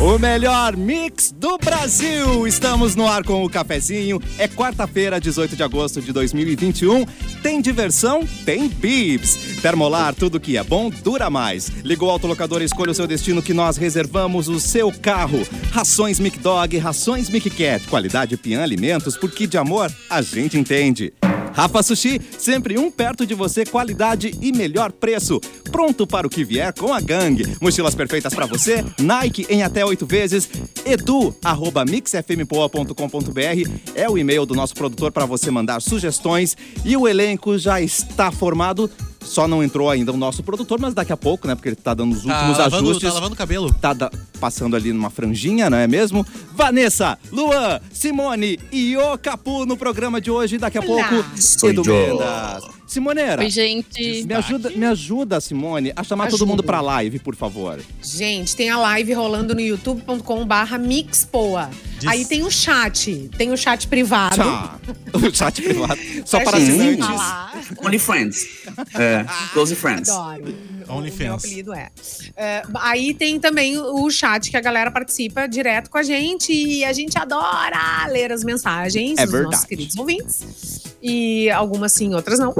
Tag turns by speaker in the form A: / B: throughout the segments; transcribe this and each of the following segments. A: O melhor mix do Brasil! Estamos no ar com o cafezinho. É quarta-feira, 18 de agosto de 2021. Tem diversão? Tem bibs. Termolar, tudo que é bom dura mais. Ligou o autolocador e escolha o seu destino que nós reservamos o seu carro. Rações Mic Dog, rações Mic Cat. Qualidade Pian Alimentos, porque de amor a gente entende. Rafa Sushi, sempre um perto de você, qualidade e melhor preço. Pronto para o que vier com a gangue. Mochilas perfeitas para você, Nike em até oito vezes, edu, arroba mixfmpoa.com.br é o e-mail do nosso produtor para você mandar sugestões. E o elenco já está formado. Só não entrou ainda o nosso produtor, mas daqui a pouco, né? Porque ele tá dando os últimos
B: lavando-
A: ajustes
B: tá lavando o cabelo.
A: tá da- passando ali numa franjinha, não é mesmo? Vanessa, Luan, Simone e o Capu no programa de hoje. Daqui a pouco,
C: Sou
A: Edu
C: eu.
A: Mendas. Simoneira,
D: Oi, gente.
A: me ajuda, me ajuda, Simone, a chamar todo
E: Ajudo.
A: mundo pra live, por favor.
E: Gente, tem a live rolando no youtube.com/barra mixpoa.
B: Diz-
E: Aí tem o chat, tem o chat privado.
A: Tchau. O chat privado. Só
E: Pra
A: para assim,
E: gente
A: assinantes.
E: falar.
C: Only Friends. É, Close Friends.
E: Adoro.
B: OnlyFans.
E: O meu apelido é. É, Aí tem também o chat que a galera participa direto com a gente e a gente adora ler as mensagens
A: É
E: dos
A: verdade.
E: nossos queridos ouvintes. E algumas sim, outras não.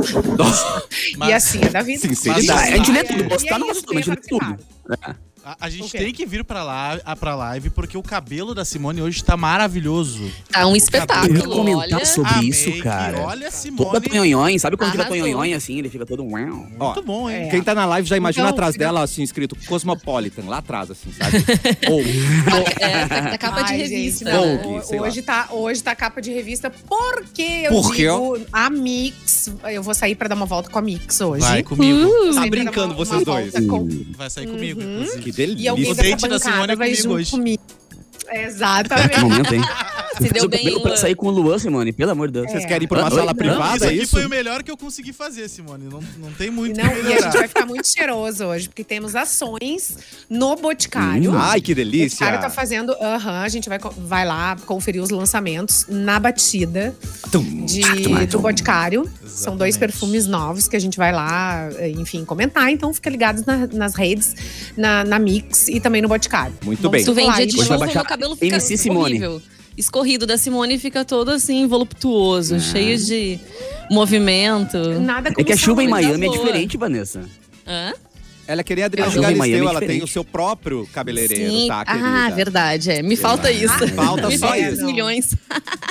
E: E
B: Mas
E: assim é da vida.
A: Sinceridade.
C: A gente lê
E: E
C: tudo,
E: é
C: postar no
E: isso,
C: nosso nome, a gente lê
E: venha participar.
C: tudo.
B: a, a gente
E: O quê?
B: tem que vir pra, lá, a- pra live, porque o cabelo da Simone hoje tá maravilhoso.
D: Tá um
B: Eu
D: espetáculo.
B: ia
C: comentar
D: olha. Ah,
C: sobre-
B: Amei,
C: isso, cara.
B: E olha, Simone.
C: Toda tonhonhon, sabe quando fica
D: Arrasou.
C: tonhonhon assim? Ele fica todo uau.
A: Ó,
B: Muito bom, hein?
E: É.
A: Quem tá na live já imagina
E: Então,
A: atrás
E: fica-
A: dela, assim, escrito Cosmopolitan, lá atrás, assim, sabe? Ou
D: É, tá, tá capa de
E: Ai, gente,
D: revista.
E: não.
D: né?
A: Vogue,
E: Ho-
A: sei lá.
E: hoje, tá, hoje tá capa de revista, porque eu
A: Por quê?
E: digo a Mix. Eu vou sair pra dar uma volta com a Mix hoje.
B: Vai comigo.
E: Eu
A: Tá
E: saí pra dar
A: brincando
E: uma-
A: vocês
E: uma
A: dois.
E: volta com-
B: Vai sair comigo, inclusive.
A: que
E: E
A: delícia.
E: alguém
B: Isso.
E: dessa
B: Date da Simone
E: bancada
B: é
E: vai
B: comigo
E: junto
B: hoje.
E: comigo. Exatamente.
C: Que momento, hein?
D: Se deu
C: Mas eu
D: Tá bem, um É.
C: comigo pra
D: Luan.
C: sair com o Luan, Simone, pelo amor de Deus.
A: Vocês querem ir pra uma
C: Ah,
A: sala
C: não,
A: privada,
B: Isso
A: é
B: aqui
A: isso?
B: foi o melhor que eu consegui fazer, Simone. Não, não tem
E: E
B: muito o
E: Não,
B: que
E: e a gente tá
B: melhorar.
E: vai ficar muito cheiroso hoje, porque temos ações no Boticário.
C: Hum.
A: Ai, que
E: O
A: delícia.
E: cara tá fazendo. Aham, a gente vai, co- vai lá conferir os lançamentos na batida
A: Tum.
E: de, do Boticário. São dois
B: Exatamente.
E: perfumes novos que a gente vai lá, eh, enfim, comentar. Então fica ligados na- nas redes, na, na Mix e também no Boticário.
A: Muito
E: Vamos
A: bem.
D: Tu vem
E: Falar
D: dia
E: isso.
D: de
C: Hoje vai
D: chuva,
C: baixar
D: meu cabelo fica
C: MC Simone.
D: horrível. Escorrido da Simone fica todo assim,
A: Ah.
D: voluptuoso, cheio de movimento.
E: Nada
C: É que a
E: como
C: chuva em
E: saúde.
C: Miami é
D: boa.
C: diferente, Vanessa.
D: Hã?
A: Ela queria Adriana
C: Ela joga em
A: Galisteu,
C: Miami
A: ela tem
C: diferente.
A: o seu próprio cabeleireiro,
D: Sim.
A: tá, querida? Ah,
D: ah, verdade, é. Me falta isso.
A: Falta
D: Me
A: só
D: falta
A: isso.
D: esses milhões.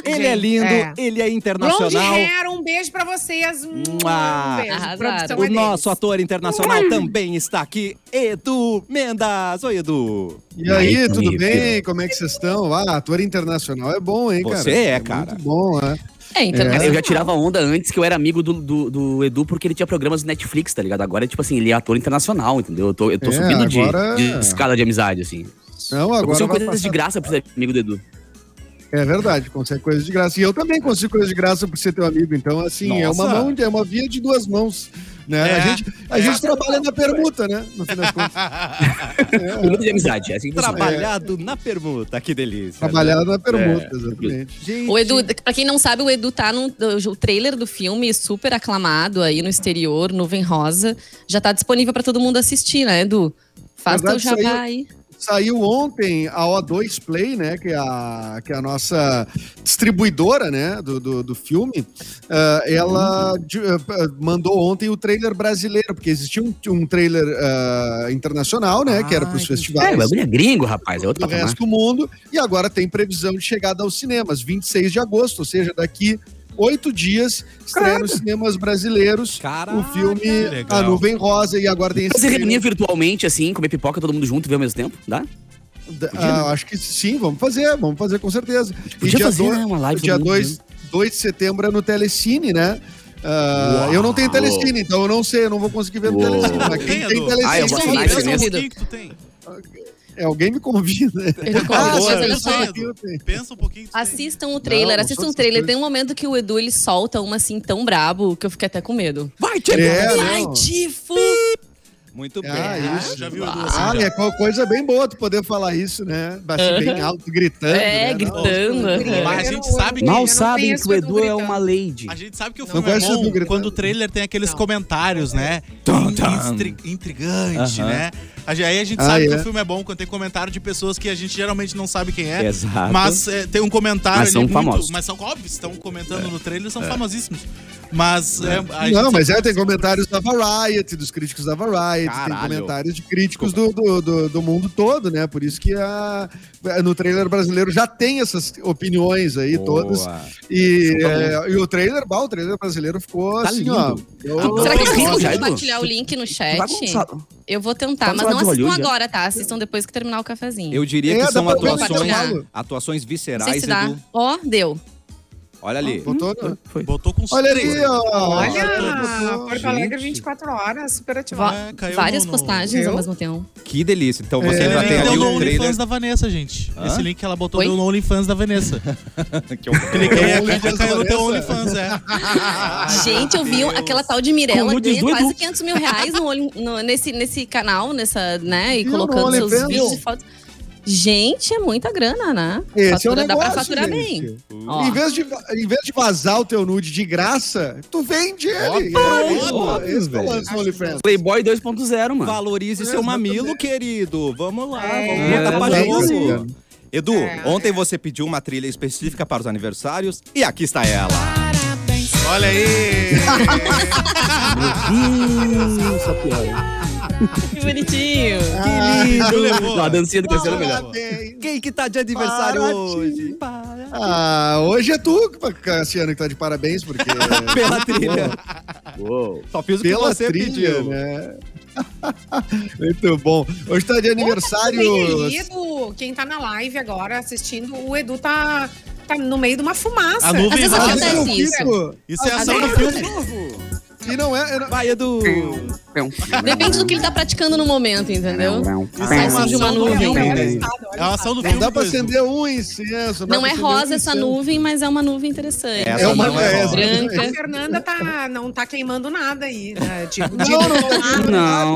A: Ele é
E: Gente,
A: lindo,
E: é.
A: ele é
E: Blonde
A: internacional.
E: Hair, um beijo pra vocês. Um beijo.
A: Mua.
D: Arrasaram.
E: Produção
A: O
E: é deles.
A: nosso ator internacional também está aqui, Edu Mendas. Oi, Edu.
F: E aí,
C: Aí,
F: tudo
C: amigo.
F: bem? Como é que vocês estão? Ah, ator internacional é bom, hein, cara?
A: Você é, cara.
F: Muito bom, né?
D: É,
C: Cara, eu
D: internacional.
C: já tirava onda antes que eu era amigo do, do, do Edu porque ele tinha programas do Netflix, tá ligado? Agora, tipo assim, ele é ator internacional, entendeu? Eu tô, eu tô
F: É,
C: subindo de,
F: agora-
C: de escala de amizade, assim.
F: Não,
C: Eu
F: agora
C: consigo
F: vai
C: coisas de
F: passar-
C: graça pra ser amigo do Edu.
F: É verdade, consegue coisa de graça. E eu também consigo coisa de graça por ser teu amigo. Então, assim, é uma
A: Nossa.
F: mão, é uma via de duas mãos. Né?
B: É.
F: a gente, a
B: É.
F: gente trabalha na permuta, né? No fim das contas.
C: Pergunta de amizade, é assim que funciona.
A: Trabalhado na permuta, que delícia.
F: Trabalhar na permuta, exatamente.
A: Gente,
D: O Edu, pra quem não sabe, o Edu tá no o trailer do filme, super aclamado aí no exterior, Nuvem Rosa. Já tá disponível pra todo mundo assistir, né, Edu? Faz teu
F: Verdade, isso aí
D: jabá aí.
F: Saiu ontem a O2 Play, né? Que é a, que é a nossa distribuidora, né? Do, do, do filme. Ah, ela de- ah, ah, mandou ontem o trailer brasileiro, porque existia um, um trailer ah, internacional, né? que era para os
C: É, o
F: festivais.
C: bagulho é gringo, rapaz. É outro
F: do
C: patamar.
F: resto do mundo, e agora tem previsão de chegada aos cinemas, 26 de agosto, ou seja, daqui oito dias, estreia nos cinemas brasileiros
A: Cara,
F: o filme
B: Ah, legal.
F: A Nuvem Rosa, e agora tem
C: Pra
F: esse
C: se
F: trailer
C: reunir virtualmente, assim, comer pipoca todo mundo junto e ver ao mesmo tempo, dá?
F: Da- ah, acho que sim, vamos fazer, vamos fazer com certeza. E
C: Podia
F: dia
C: fazer,
F: dois-
C: né, uma live.
F: dia
C: todo mundo
F: 2, de setembro é no Telecine, né? Ah,
C: Uau.
F: eu não tenho Telecine, então eu não sei, eu não vou conseguir ver no
C: Uau.
F: Telecine.
B: Não
F: Mas
B: tem,
F: quem tem
B: Edu.
F: Telecine,
C: Ah, eu vou
F: sabe?
C: assinar
B: Pensa
C: esse
B: um
C: mês.
B: pouquinho que tu tem.
F: É, alguém me convida.
D: Eu tô
A: Ah,
D: com-
C: tá
A: boa,
D: Mas olha
F: Tá eu
D: só,
F: sei que eu tenho.
B: Pensa um pouquinho que tu tem.
D: Assistam o trailer,
F: Não, não
D: assistam
F: sou
D: o trailer.
F: dessas
D: Tem um momento que o Edu ele
C: Tipo,
D: solta uma assim tão brabo que eu fiquei até com medo.
A: Vai, Tchê!
F: É,
D: Vai,
F: não.
D: Tifo!
A: Muito bem.
F: Ah, isso.
B: Já viu, Edu? assim,
F: Ah,
B: já?
F: é uma coisa bem boa tu poder falar isso, né? Baixinho bem alto, gritando.
D: É,
F: né?
D: gritando.
E: Não,
B: Mas a gente sabe que-
E: eu
C: Mal
E: não
C: sabem
E: conheço
C: que o Edu é
E: gritando.
C: uma lady.
B: A gente sabe que o
F: Não
B: filme é
F: conhece o Edu
B: bom
F: gritando.
B: quando o trailer tem aqueles
E: Não.
B: comentários, né?
A: Tum, tum.
B: Instri- Intrigante,
C: Aham.
B: né? A gente- Aí a gente
F: Ah,
B: sabe
F: é.
B: que o filme é bom quando tem comentário de pessoas que a gente geralmente não sabe quem é.
C: Exato.
B: Mas é, tem um comentário
C: Mas são
B: ali
C: famosos.
B: Mas são óbvios, estão comentando
A: É.
B: no trailer, são famosíssimos. Mas é, a gente
F: Não, mas é,
B: sempre-
F: tem comentários da Variety, dos críticos da Variety, tem
C: Caralho.
F: comentários de críticos do, do, do, do mundo todo, né? Por isso que a, no trailer brasileiro já tem essas opiniões aí todas.
C: Boa.
F: E,
C: Então tá
F: é, e o trailer, bah, o trailer brasileiro ficou
C: Tá
F: assim,
C: lindo.
F: ó.
D: Será
F: eu-
D: que é eu
C: Nossa,
D: consigo
C: Edu.
D: compartilhar o link
A: tá
D: no
C: Tu
D: chat?
C: vai com-
D: Eu vou tentar,
C: Pode
D: mas
C: falar
D: não
C: de
D: assistam
C: Hollywood,
D: agora, tá? Assistam depois que terminar o cafezinho.
A: Eu diria
F: É,
A: que
F: dá
A: são
F: pra ver
D: no
A: atuações,
F: intervalo.
A: atuações
D: não sei
A: viscerais,
D: se dá.
A: Edu.
D: Ó, deu.
A: Olha ali.
F: botou né? no-
C: Hum? Foi.
B: Botou com os
F: Olha
B: três.
F: ali, ó.
E: Olha,
F: Botou-
E: Porto Alegre 24 horas, super ativado.
B: Ah, caiu
D: Várias
B: no- no-
D: postagens
E: Eu?
D: ao mesmo tempo.
A: Que delícia. Então você
F: É,
A: já tem
B: Ele
A: ali
B: deu no
A: o
B: OnlyFans
A: trailer.
B: da Vanessa, gente.
A: Hã?
B: Esse link que ela botou
D: Oi?
B: deu no OnlyFans da Vanessa.
A: que eu-
B: Cliquei, a caiu,
F: OnlyFans da
B: É, caiu no teu
F: Vanessa.
B: OnlyFans, é.
D: Gente, eu vi um- aquela tal de Mirella
C: Como diz
D: ganha
C: do
D: quase
C: Edu.
D: 500 mil reais no, Olim- no- nesse, nesse canal, nessa, né? E
F: Viu,
D: colocando
F: no
D: seus
F: OnlyFans?
D: vídeos e fotos. Gente, é muita grana, né?
F: Esse é o
D: Fatura-
F: negócio,
D: dá pra faturar
F: gente.
D: bem. Ó.
F: Em vez, de, em vez de vazar o teu nude de graça, tu vende ele.
A: Óbvio,
F: Óbvio,
A: óbvio,
F: Esse é o
A: velho.
F: lance do OnlyFans.
C: Playboy 2.0, mano.
A: Valorize seu mamilo, querido. Vamos lá, vamos
E: É,
A: botar pra
F: exatamente,
A: jogo.
F: cara.
A: Edu,
E: É,
A: ontem você pediu uma trilha específica para os aniversários e aqui está ela.
B: Olha aí!
C: Nossa, pior.
D: Que bonitinho.
F: Ah,
B: Tu levou.
C: A dancinha do Cristiano é melhor.
F: parabéns.
A: Quem que tá de aniversário
F: Para,
A: hoje?
F: Ah, hoje é tu, Cassiano, que tá de parabéns, porque.
A: Pela trilha.
C: Uou.
A: Só fiz o que
F: pela
A: você
F: trilha,
A: pediu.
F: né? Muito bom. Hoje tá de aniversário.
E: Bem aí, Edu, quem tá na live agora assistindo, o Edu tá, tá no meio de uma fumaça.
B: A nuvem
D: Às vezes
B: rosa.
F: um
D: acontece isso.
B: Isso é
E: Às
B: ação do
E: vezes-
B: filme.
F: E não é. era-
A: Vai, Edu.
D: Depende do que ele tá praticando no momento, entendeu?
C: Tá
B: Isso é uma
D: Surge uma
B: ação do
E: Olha,
D: nuvem.
E: olha o
B: filme.
E: estado, olha
B: É uma ação do
F: Não
B: filme.
F: dá pra
B: mesmo.
F: acender um incenso.
D: Não é rosa essa
F: nuvem.
D: nuvem, mas é uma nuvem interessante.
A: Essa
F: um É uma-
A: não é
F: é,
A: rosa.
F: exatamente.
E: A
D: Branca.
E: Então, Fernanda tá, não tá queimando nada aí. né? Tipo, de-
F: Não, não, não.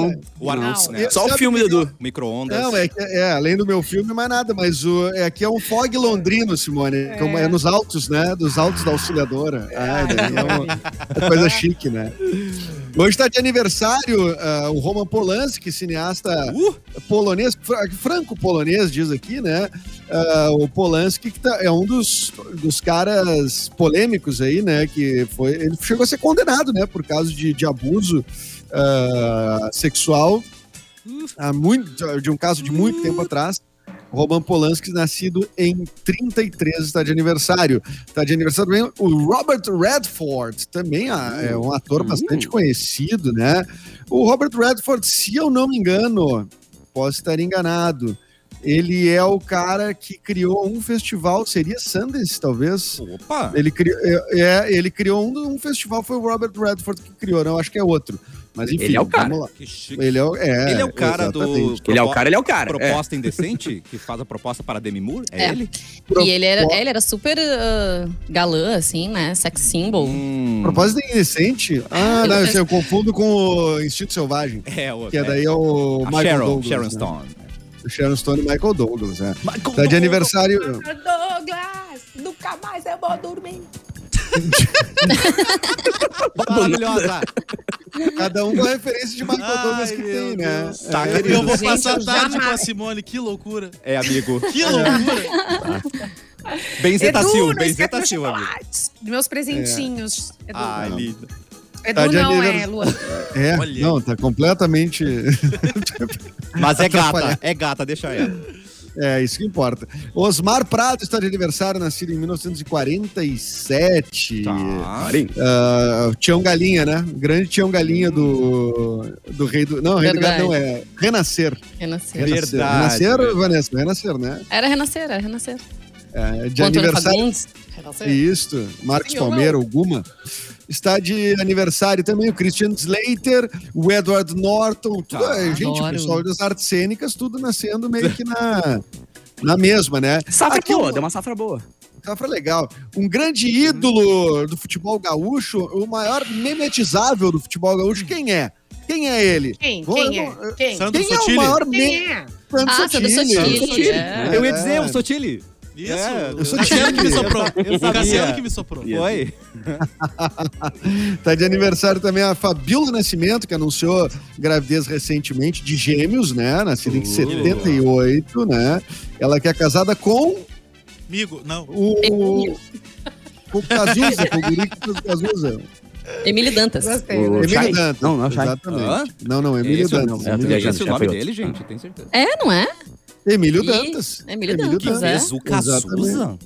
C: Não.
A: O anúncio,
E: Não.
A: né?
C: Só o filme do Edu.
A: Micro-ondas.
F: Não, é, que, é, além do meu filme, mais nada, mas o, é que é um fog londrino, Simone. É, como é nos altos, né? Dos altos da auxiliadora. Ah, daí é uma, uma coisa chique, né? Hoje está de aniversário ah, o Roman Polanski, cineasta
A: Uh,
F: polonês, fra- franco-polonês, diz aqui, né? Ah, o Polanski, que tá- é um dos, dos caras polêmicos aí, né? Que foi, ele chegou a ser condenado, né? Por causa de, de abuso ah, sexual, há muito, de um caso de muito tempo atrás. Roman Polanski, nascido em 33, está de aniversário. Está de aniversário também o Robert Redford, também ah, é um ator bastante conhecido, né? O Robert Redford, se eu não me engano, posso estar enganado, ele é o cara que criou um festival, seria Sundance, talvez?
A: opa.
F: Ele criou, é, é, ele criou um, um festival, foi o Robert Redford que criou, não, acho que é outro. Mas enfim,
C: Ele é o cara.
F: vamos lá.
A: Que chique.
F: Ele é, o- é,
A: Ele é o cara
F: exatamente.
A: do.
C: Ele é o cara, ele é o cara. É.
A: Proposta indecente, que faz a proposta para Demi Moore? É,
D: É.
A: ele?
D: E ele era, ele era super ah, galã, assim, né? Sex symbol.
A: Hum,
F: Propósito indecente? Ah, não, eu confundo com o Instinto Selvagem,
A: é, o,
F: que é daí é o
A: a
F: Michael
A: Ah, Sharon,
F: Douglas.
A: Sharon
F: né?
A: Stone.
F: O Sharon Stone e Michael Douglas, né? Tá de aniversário.
E: Douglas, nunca mais eu vou dormir.
A: Maravilhosa.
F: Cada um com a referência de Michael
B: Ai,
F: Douglas que
B: meu
F: tem, né?
B: Deus.
A: Tá,
F: É,
B: Eu vou
E: Gente,
B: passar a
E: eu
B: tarde com a
E: jamais-
B: Simone, que loucura.
A: É, amigo.
B: Que loucura.
A: Benzetacil,
E: não esquece do
A: Benzetacil, amigo. É.
E: chocolate. Meus presentinhos. Edu,
A: Ai, linda.
E: Edu
F: Tá de
E: não é,
F: aniversário.
E: Lua.
F: É,
B: Olha.
F: não, tá completamente.
A: Mas é gata,
F: Atrapalhar.
A: é gata, deixa ela.
F: É, isso que importa. Osmar Prado está de aniversário, nascido em 1947.
A: Tá.
F: Ah, Tião Galinha, né? O grande Tião Galinha do, do Rei do. Não, Rei do
D: Verdade.
F: Gado não, é Renascer.
D: Renascer.
F: Renascer.
A: Verdade.
F: Renascer, Vanessa, Renascer, né?
D: Era renascer, era renascer.
F: É, de
D: O Antônio
F: aniversário.
D: Fagundes.
F: Isso, Marcos Palmeira, alguma. Está de aniversário também o Christian Slater, o Edward Norton, tudo,
A: Tá.
F: é, gente, o
D: Adoro.
F: pessoal das artes cênicas, tudo nascendo meio que na, na mesma, né?
C: Safra
F: Aqui
C: boa,
F: uma-
C: deu uma safra boa.
F: Safra legal. Um grande
D: Uhum.
F: ídolo do futebol gaúcho, o maior memetizável do futebol gaúcho, quem é? Quem é ele?
E: Quem?
F: Vou-
E: Quem
F: eu
E: é? Quem?
B: Sandro
F: Quem é o
B: Sotile?
F: maior
E: Quem
F: medo?
E: é?
D: Ah, Sandro Sotile.
A: Sotile.
D: É.
A: Eu ia dizer, o Sotile.
B: Isso.
A: É, eu
B: o
A: sou
B: Cassiano que me
A: tímido.
B: soprou.
A: Eu
B: O Cassiano
A: sabia.
B: que me soprou.
A: Foi?
F: Tá de aniversário também a Fabiola Nascimento, que anunciou gravidez recentemente de gêmeos, né? Nascida em
A: Uh.
F: 78, né? Ela que é casada com
B: Amigo, não.
F: o. Com o Cazuza, com o guri do Cazuza.
D: Emílio Dantas.
E: Gostei. né?
C: O Chay?
F: Emílio Dantas.
C: Não, não, é o Chay.
F: Exatamente.
A: Hã?
F: Não, não, Emílio
A: Esse é o-
F: Dantas.
C: é, tô
A: Esse
F: Emílio
A: é
C: viajando,
A: o
C: já
A: nome
C: foi
A: dele, gente, tem certeza.
D: É, não é?
F: Emílio
D: Ih,
F: Dantas.
D: Emílio
F: Emílio
D: Dantas, é.
F: Dantas.
A: Fez o
F: Exatamente.
A: Cazuza?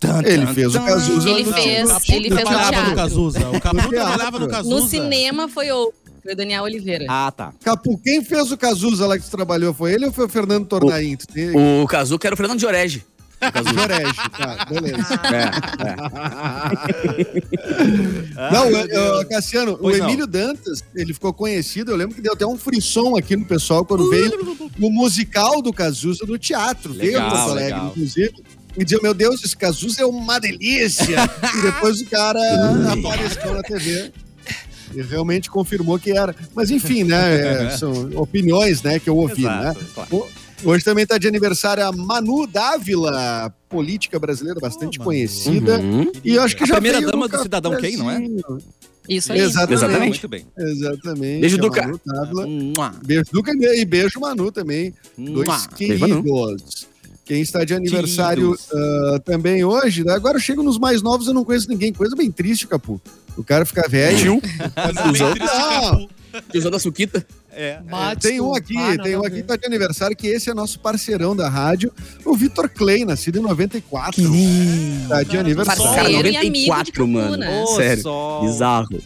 A: Tan,
F: Ele
A: tan,
F: fez o
A: tan.
F: Cazuza.
D: Ele
F: no-
D: fez-
B: O Capu
D: ele fez no
B: trabalhava no
D: teatro.
B: Cazuza. O Capu
F: No teatro.
B: trabalhava no Cazuza.
D: No cinema foi o foi o Daniel Oliveira.
A: Ah, tá.
F: Capu, quem fez o Cazuza lá que tu trabalhou? Foi ele ou foi o Fernando Tornaim? Tu tem-
C: O Kazuca era o Fernando de Orege. O Kazuca.
F: Jorege, tá, beleza.
C: É, é.
A: É.
F: É. Não, eu- eu- Cassiano,
A: Pois
F: o
A: não.
F: Emílio Dantas, ele ficou conhecido, eu lembro que deu até um frisson aqui no pessoal quando veio o musical do Cazuza no teatro, veio
A: Legal,
F: em Porto Alegre,
A: legal.
F: inclusive. E dizia, meu Deus, esse Cazuza é uma delícia. e depois o cara apareceu na TV. E realmente confirmou que era. Mas enfim, né? é, são opiniões né, que eu ouvi, né? O- Hoje também está de aniversário a Manu Dávila, política brasileira bastante
B: Manu.
F: conhecida.
C: Uhum.
F: E eu acho que
A: A
F: já
A: primeira
F: veio
A: dama
F: no
A: do Cidadão Kane, não é?
F: cafezinho.
D: Isso aí.
F: Exatamente.
C: Exatamente.
A: Muito bem.
F: Exatamente.
C: Beijo,
F: a
C: Duca.
F: Manu Dávila.
C: Mua,
F: Beijo, Duca. E beijo, Manu, também. Dois
C: mua. Hum. Ah, Beijo, Manu.
F: queridos. Quem está de aniversário ah, também hoje, né? agora eu chego nos mais novos, eu não conheço ninguém. Coisa bem triste, Capu. O cara fica velho.
C: Tio.
B: Mas é bem triste,
F: Ah.
B: Capu.
C: Tiozão da Suquita.
A: É.
E: Bate
F: Tem um
E: tu.
F: aqui,
E: Ah, não,
F: tem
C: né,
F: um
E: não
F: aqui que
E: vi.
F: tá de aniversário, que esse é nosso parceirão da rádio, o Vitor Clay, nascido em 94. Tá de aniversário.
C: Cara,
D: Parceiro e amigo de
C: 94,
D: Capu,
C: mano.
F: ah,
D: né?
A: Ô,
C: Sério.
A: sol.
C: Bizarro.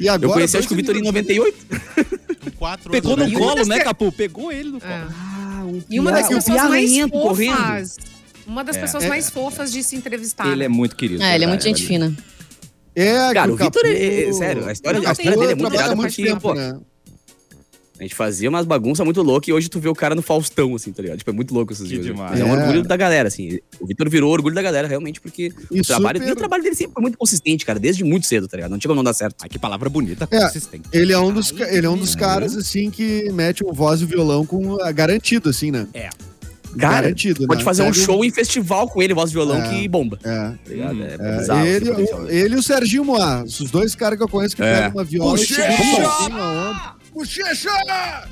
F: E agora,
C: Eu conheci
F: dois
C: acho que o Vitor em
F: aniversários.
C: 98.
B: Com quatro
A: Pegou
B: anos,
A: no
B: né?
A: colo, né, Capu? Pegou ele no colo.
E: É. E uma das
F: Piá- o
E: pessoas mais
C: Piá lento
E: fofas. Uma das
A: É.
E: pessoas
F: É.
E: mais fofas de se entrevistar.
A: Ele é muito querido.
D: Tá. É, ele é muito
A: verdade.
D: gente fina.
F: É,
C: Cara,
F: que
C: o Vitor,
F: Capu-
C: é- é- sério, a história,
E: Não,
C: a história dele é
F: Ele
C: muito
F: trabalha
C: irada
F: há muito
C: porque,
F: tempo,
C: pô,
F: né?
C: a gente fazia umas bagunças muito loucas e hoje tu vê o cara no Faustão, assim, tá ligado? Tipo, é muito louco esses
A: Que
C: dias. né?
A: demais.
C: Mas é um
F: É.
C: orgulho da galera, assim. O Vitor virou orgulho da galera, realmente, porque
F: E
C: o trabalho,
F: super-
C: e o trabalho dele sempre foi muito consistente, cara, desde muito cedo, tá ligado? Não tinha como não dar certo.
A: Ai, que palavra bonita,
F: É.
A: consistente.
F: Ele é um dos, ca- ele é um dos caras, assim, que mete um voz e violão com ah, garantido, assim, né?
A: É.
C: Cara,
F: garantido,
C: Pode
F: né?
C: fazer um
F: Pega
C: show em festival com ele, voz e violão,
F: É.
C: que bomba.
F: É.
C: Tá ligado? É,
F: É,
C: bizarro. esse
F: ele,
C: potencial.
F: o- ele e o Serginho Moá, os dois caras que eu conheço que
C: É.
F: pegam uma viola e
A: Bochecha!
F: seguram um pouquinho a onda. Bochecha!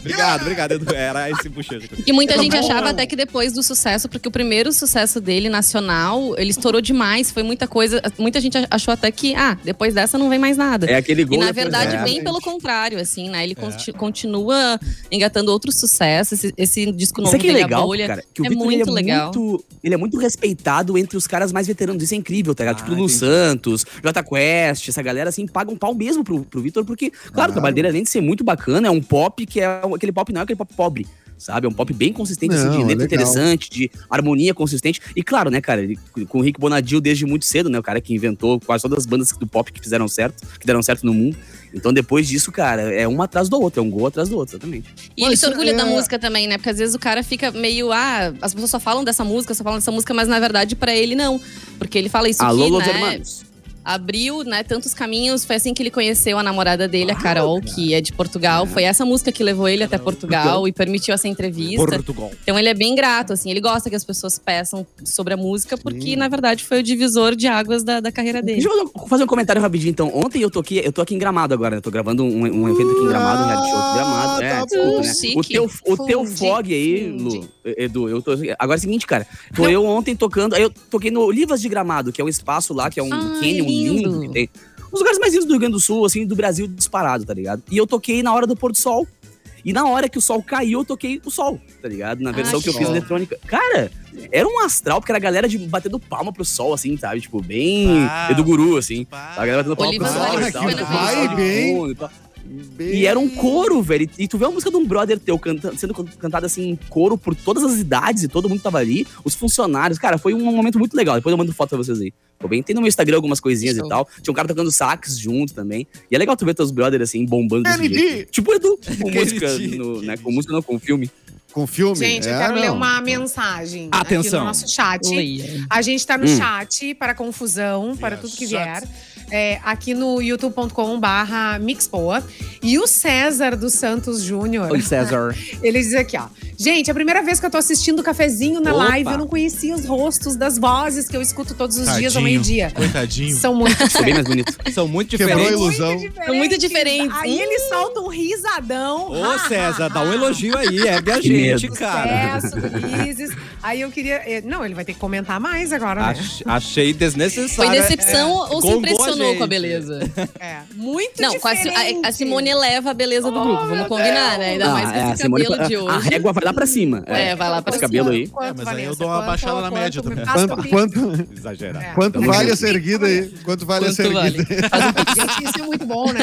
A: Obrigado, obrigado, Edu. Era esse bochecha.
D: E
C: Então,
D: muita gente achava até que depois do sucesso, porque o primeiro sucesso dele, nacional, ele estourou demais, foi muita coisa. Muita gente achou até que, ah, depois dessa não vem mais nada.
C: É aquele
D: E
C: gol.
D: na
C: depois-
D: verdade,
C: é.
D: bem pelo contrário, assim, né? Ele conti- continua engatando outros sucessos. Esse, esse disco novo
C: Isso aqui é
D: dele, A
C: legal,
D: Bolha.
C: cara. Que o
D: é
C: Vitor, ele
D: muito legal.
C: Muito, ele é muito respeitado entre os caras mais veteranos. Isso é incrível, tá ligado?
A: Ah,
C: tipo, Lu
A: entendi.
C: Santos, Jota Quest, essa galera, assim, paga um pau mesmo pro, pro Vitor, porque, claro, o trabalho dele, além de ser muito bacana, é um pop que é aquele pop não é aquele pop pobre. Sabe? É um pop bem consistente, assim, de
F: Não, é
C: letra
F: legal.
C: interessante, de harmonia consistente. E claro, né, cara, ele, com o Rick Bonadil desde muito cedo, né? O cara que inventou quase todas as bandas do pop que fizeram certo, que deram certo no mundo. Então, depois disso, cara, é uma atrás do outro, é um gol atrás do outro, exatamente.
D: E ele
F: Mas,
D: se orgulha
F: é-
D: da música também, né? Porque às vezes o cara fica meio, ah, as pessoas só falam dessa música, só falam dessa música, mas na verdade pra ele não. Porque ele fala isso
C: Alô,
D: que,
C: Los
D: né,
C: Hermanos.
D: abriu, né, tantos caminhos. Foi assim que ele conheceu a namorada dele, a Carol, que é de Portugal. Foi essa música que levou ele até Portugal e permitiu essa entrevista.
A: Portugal.
D: Então ele é bem grato, assim. Ele gosta que as pessoas peçam sobre a música, porque na verdade foi o divisor de águas da, da carreira dele.
C: Deixa eu fazer um- fazer um comentário rapidinho, então. Ontem eu tô aqui, eu tô aqui em Gramado agora, né? Eu tô gravando um, um evento aqui em Gramado, um reality show aqui em Gramado. É,
F: Ah, tá
C: desculpa,
D: bom.
C: né?
D: Chique.
C: O teu, o teu
E: Fundi,
C: fog aí,
E: fundi.
C: Lu, Edu, eu tô. Agora é o seguinte, cara. Tô eu ontem tocando. Aí eu toquei no Olivas de Gramado, que é um espaço lá, que é um
D: Ai,
C: canyon lindo.
D: lindo.
C: que tem. Um dos lugares mais lindos do Rio Grande do Sul, assim, do Brasil disparado, tá ligado? E eu toquei na hora do pôr do sol. E na hora que o sol caiu, eu toquei o sol, tá ligado? Na versão
D: que
C: que eu fiz
F: bom.
C: eletrônica. Cara, era um astral, porque era a galera de batendo palma pro sol, assim, sabe? Tipo, bem
B: Ah,
C: Edu Guru, assim.
B: pá.
C: A galera batendo palma pro
D: Olivas
C: sol
D: Olivas
C: e tal.
D: foi na
F: vibe,
C: sol de
F: hein?
C: fundo e tal. E era um coro, velho. E tu vê uma música de um brother teu canta- sendo can- cantada assim, em coro por todas as idades e todo mundo tava ali. Os funcionários, cara, foi um momento muito legal. Depois eu mando foto pra vocês aí. Ficou bem. Tem no meu Instagram algumas coisinhas
D: Show.
C: e tal. Tinha um cara tocando sax junto também. E é legal tu ver teus brothers assim, bombando desse
F: ND.
C: jeito. Tipo o Edu, com
A: Que
C: música,
A: ND,
C: no- né,
A: que
C: com música não, com filme.
F: Com filme?
E: Gente, eu
F: É,
E: quero ler
F: não.
E: uma mensagem aqui
A: Atenção.
E: no nosso chat.
D: Leia.
E: A gente tá no
C: Hum.
E: chat para confusão, para
B: Yes,
E: tudo que vier. é, aqui no youtube.com/barra Mixpoa. E o César dos Santos Júnior.
C: Oi, César.
E: Ele diz aqui, ó. Gente, é a primeira vez que eu tô assistindo o cafezinho na
C: Opa.
E: live, eu não conhecia os rostos das vozes que eu escuto todos os dias
B: Tadinho.
E: ao meio-dia.
B: Coitadinho.
E: São muito
C: Ficou Tá bem mais bonito.
A: São muito
F: Quebrou
A: diferentes.
F: a ilusão.
E: diferentes.
D: São muito diferentes. Hum.
E: Aí ele solta um risadão.
A: Ô, César, dá um elogio aí, é a
C: Que
A: gente,
C: medo.
D: É.
A: cara.
E: Sucesso, Ulisses. Aí eu queria. eh, Não, ele vai ter que comentar mais agora, né?
A: Ach- achei
D: Foi
A: desnecessário.
D: decepção ou se
A: Gongou a
D: impressionou
A: gente.
D: com a beleza?
E: É. Muito
D: Não, com a, Si-
E: diferente. Oh,
D: a- a Simone eleva a beleza do grupo, vamos combinar, né? Ainda mais com esse cabelo
C: Ah, é, a tá-
D: de
C: Ah,
D: hoje.
C: régua vai lá pra cima.
D: É, vai lá pra
C: Esse
D: cima.
C: cabelo aí.
E: Quanto,
B: É, mas aí eu
E: Vanessa?
B: dou uma
E: Quanto,
B: baixada na
E: quanto?
B: média
E: Me
B: também.
E: passa o
F: Quanto,
E: pix.
F: quanto,
A: Exagerado.
E: É.
F: quanto
C: Tamo
F: vale
C: junto.
F: essa erguida aí? Quanto vale essa
D: Quanto
F: erguida?
D: vale?
E: Gente, isso é muito bom, né?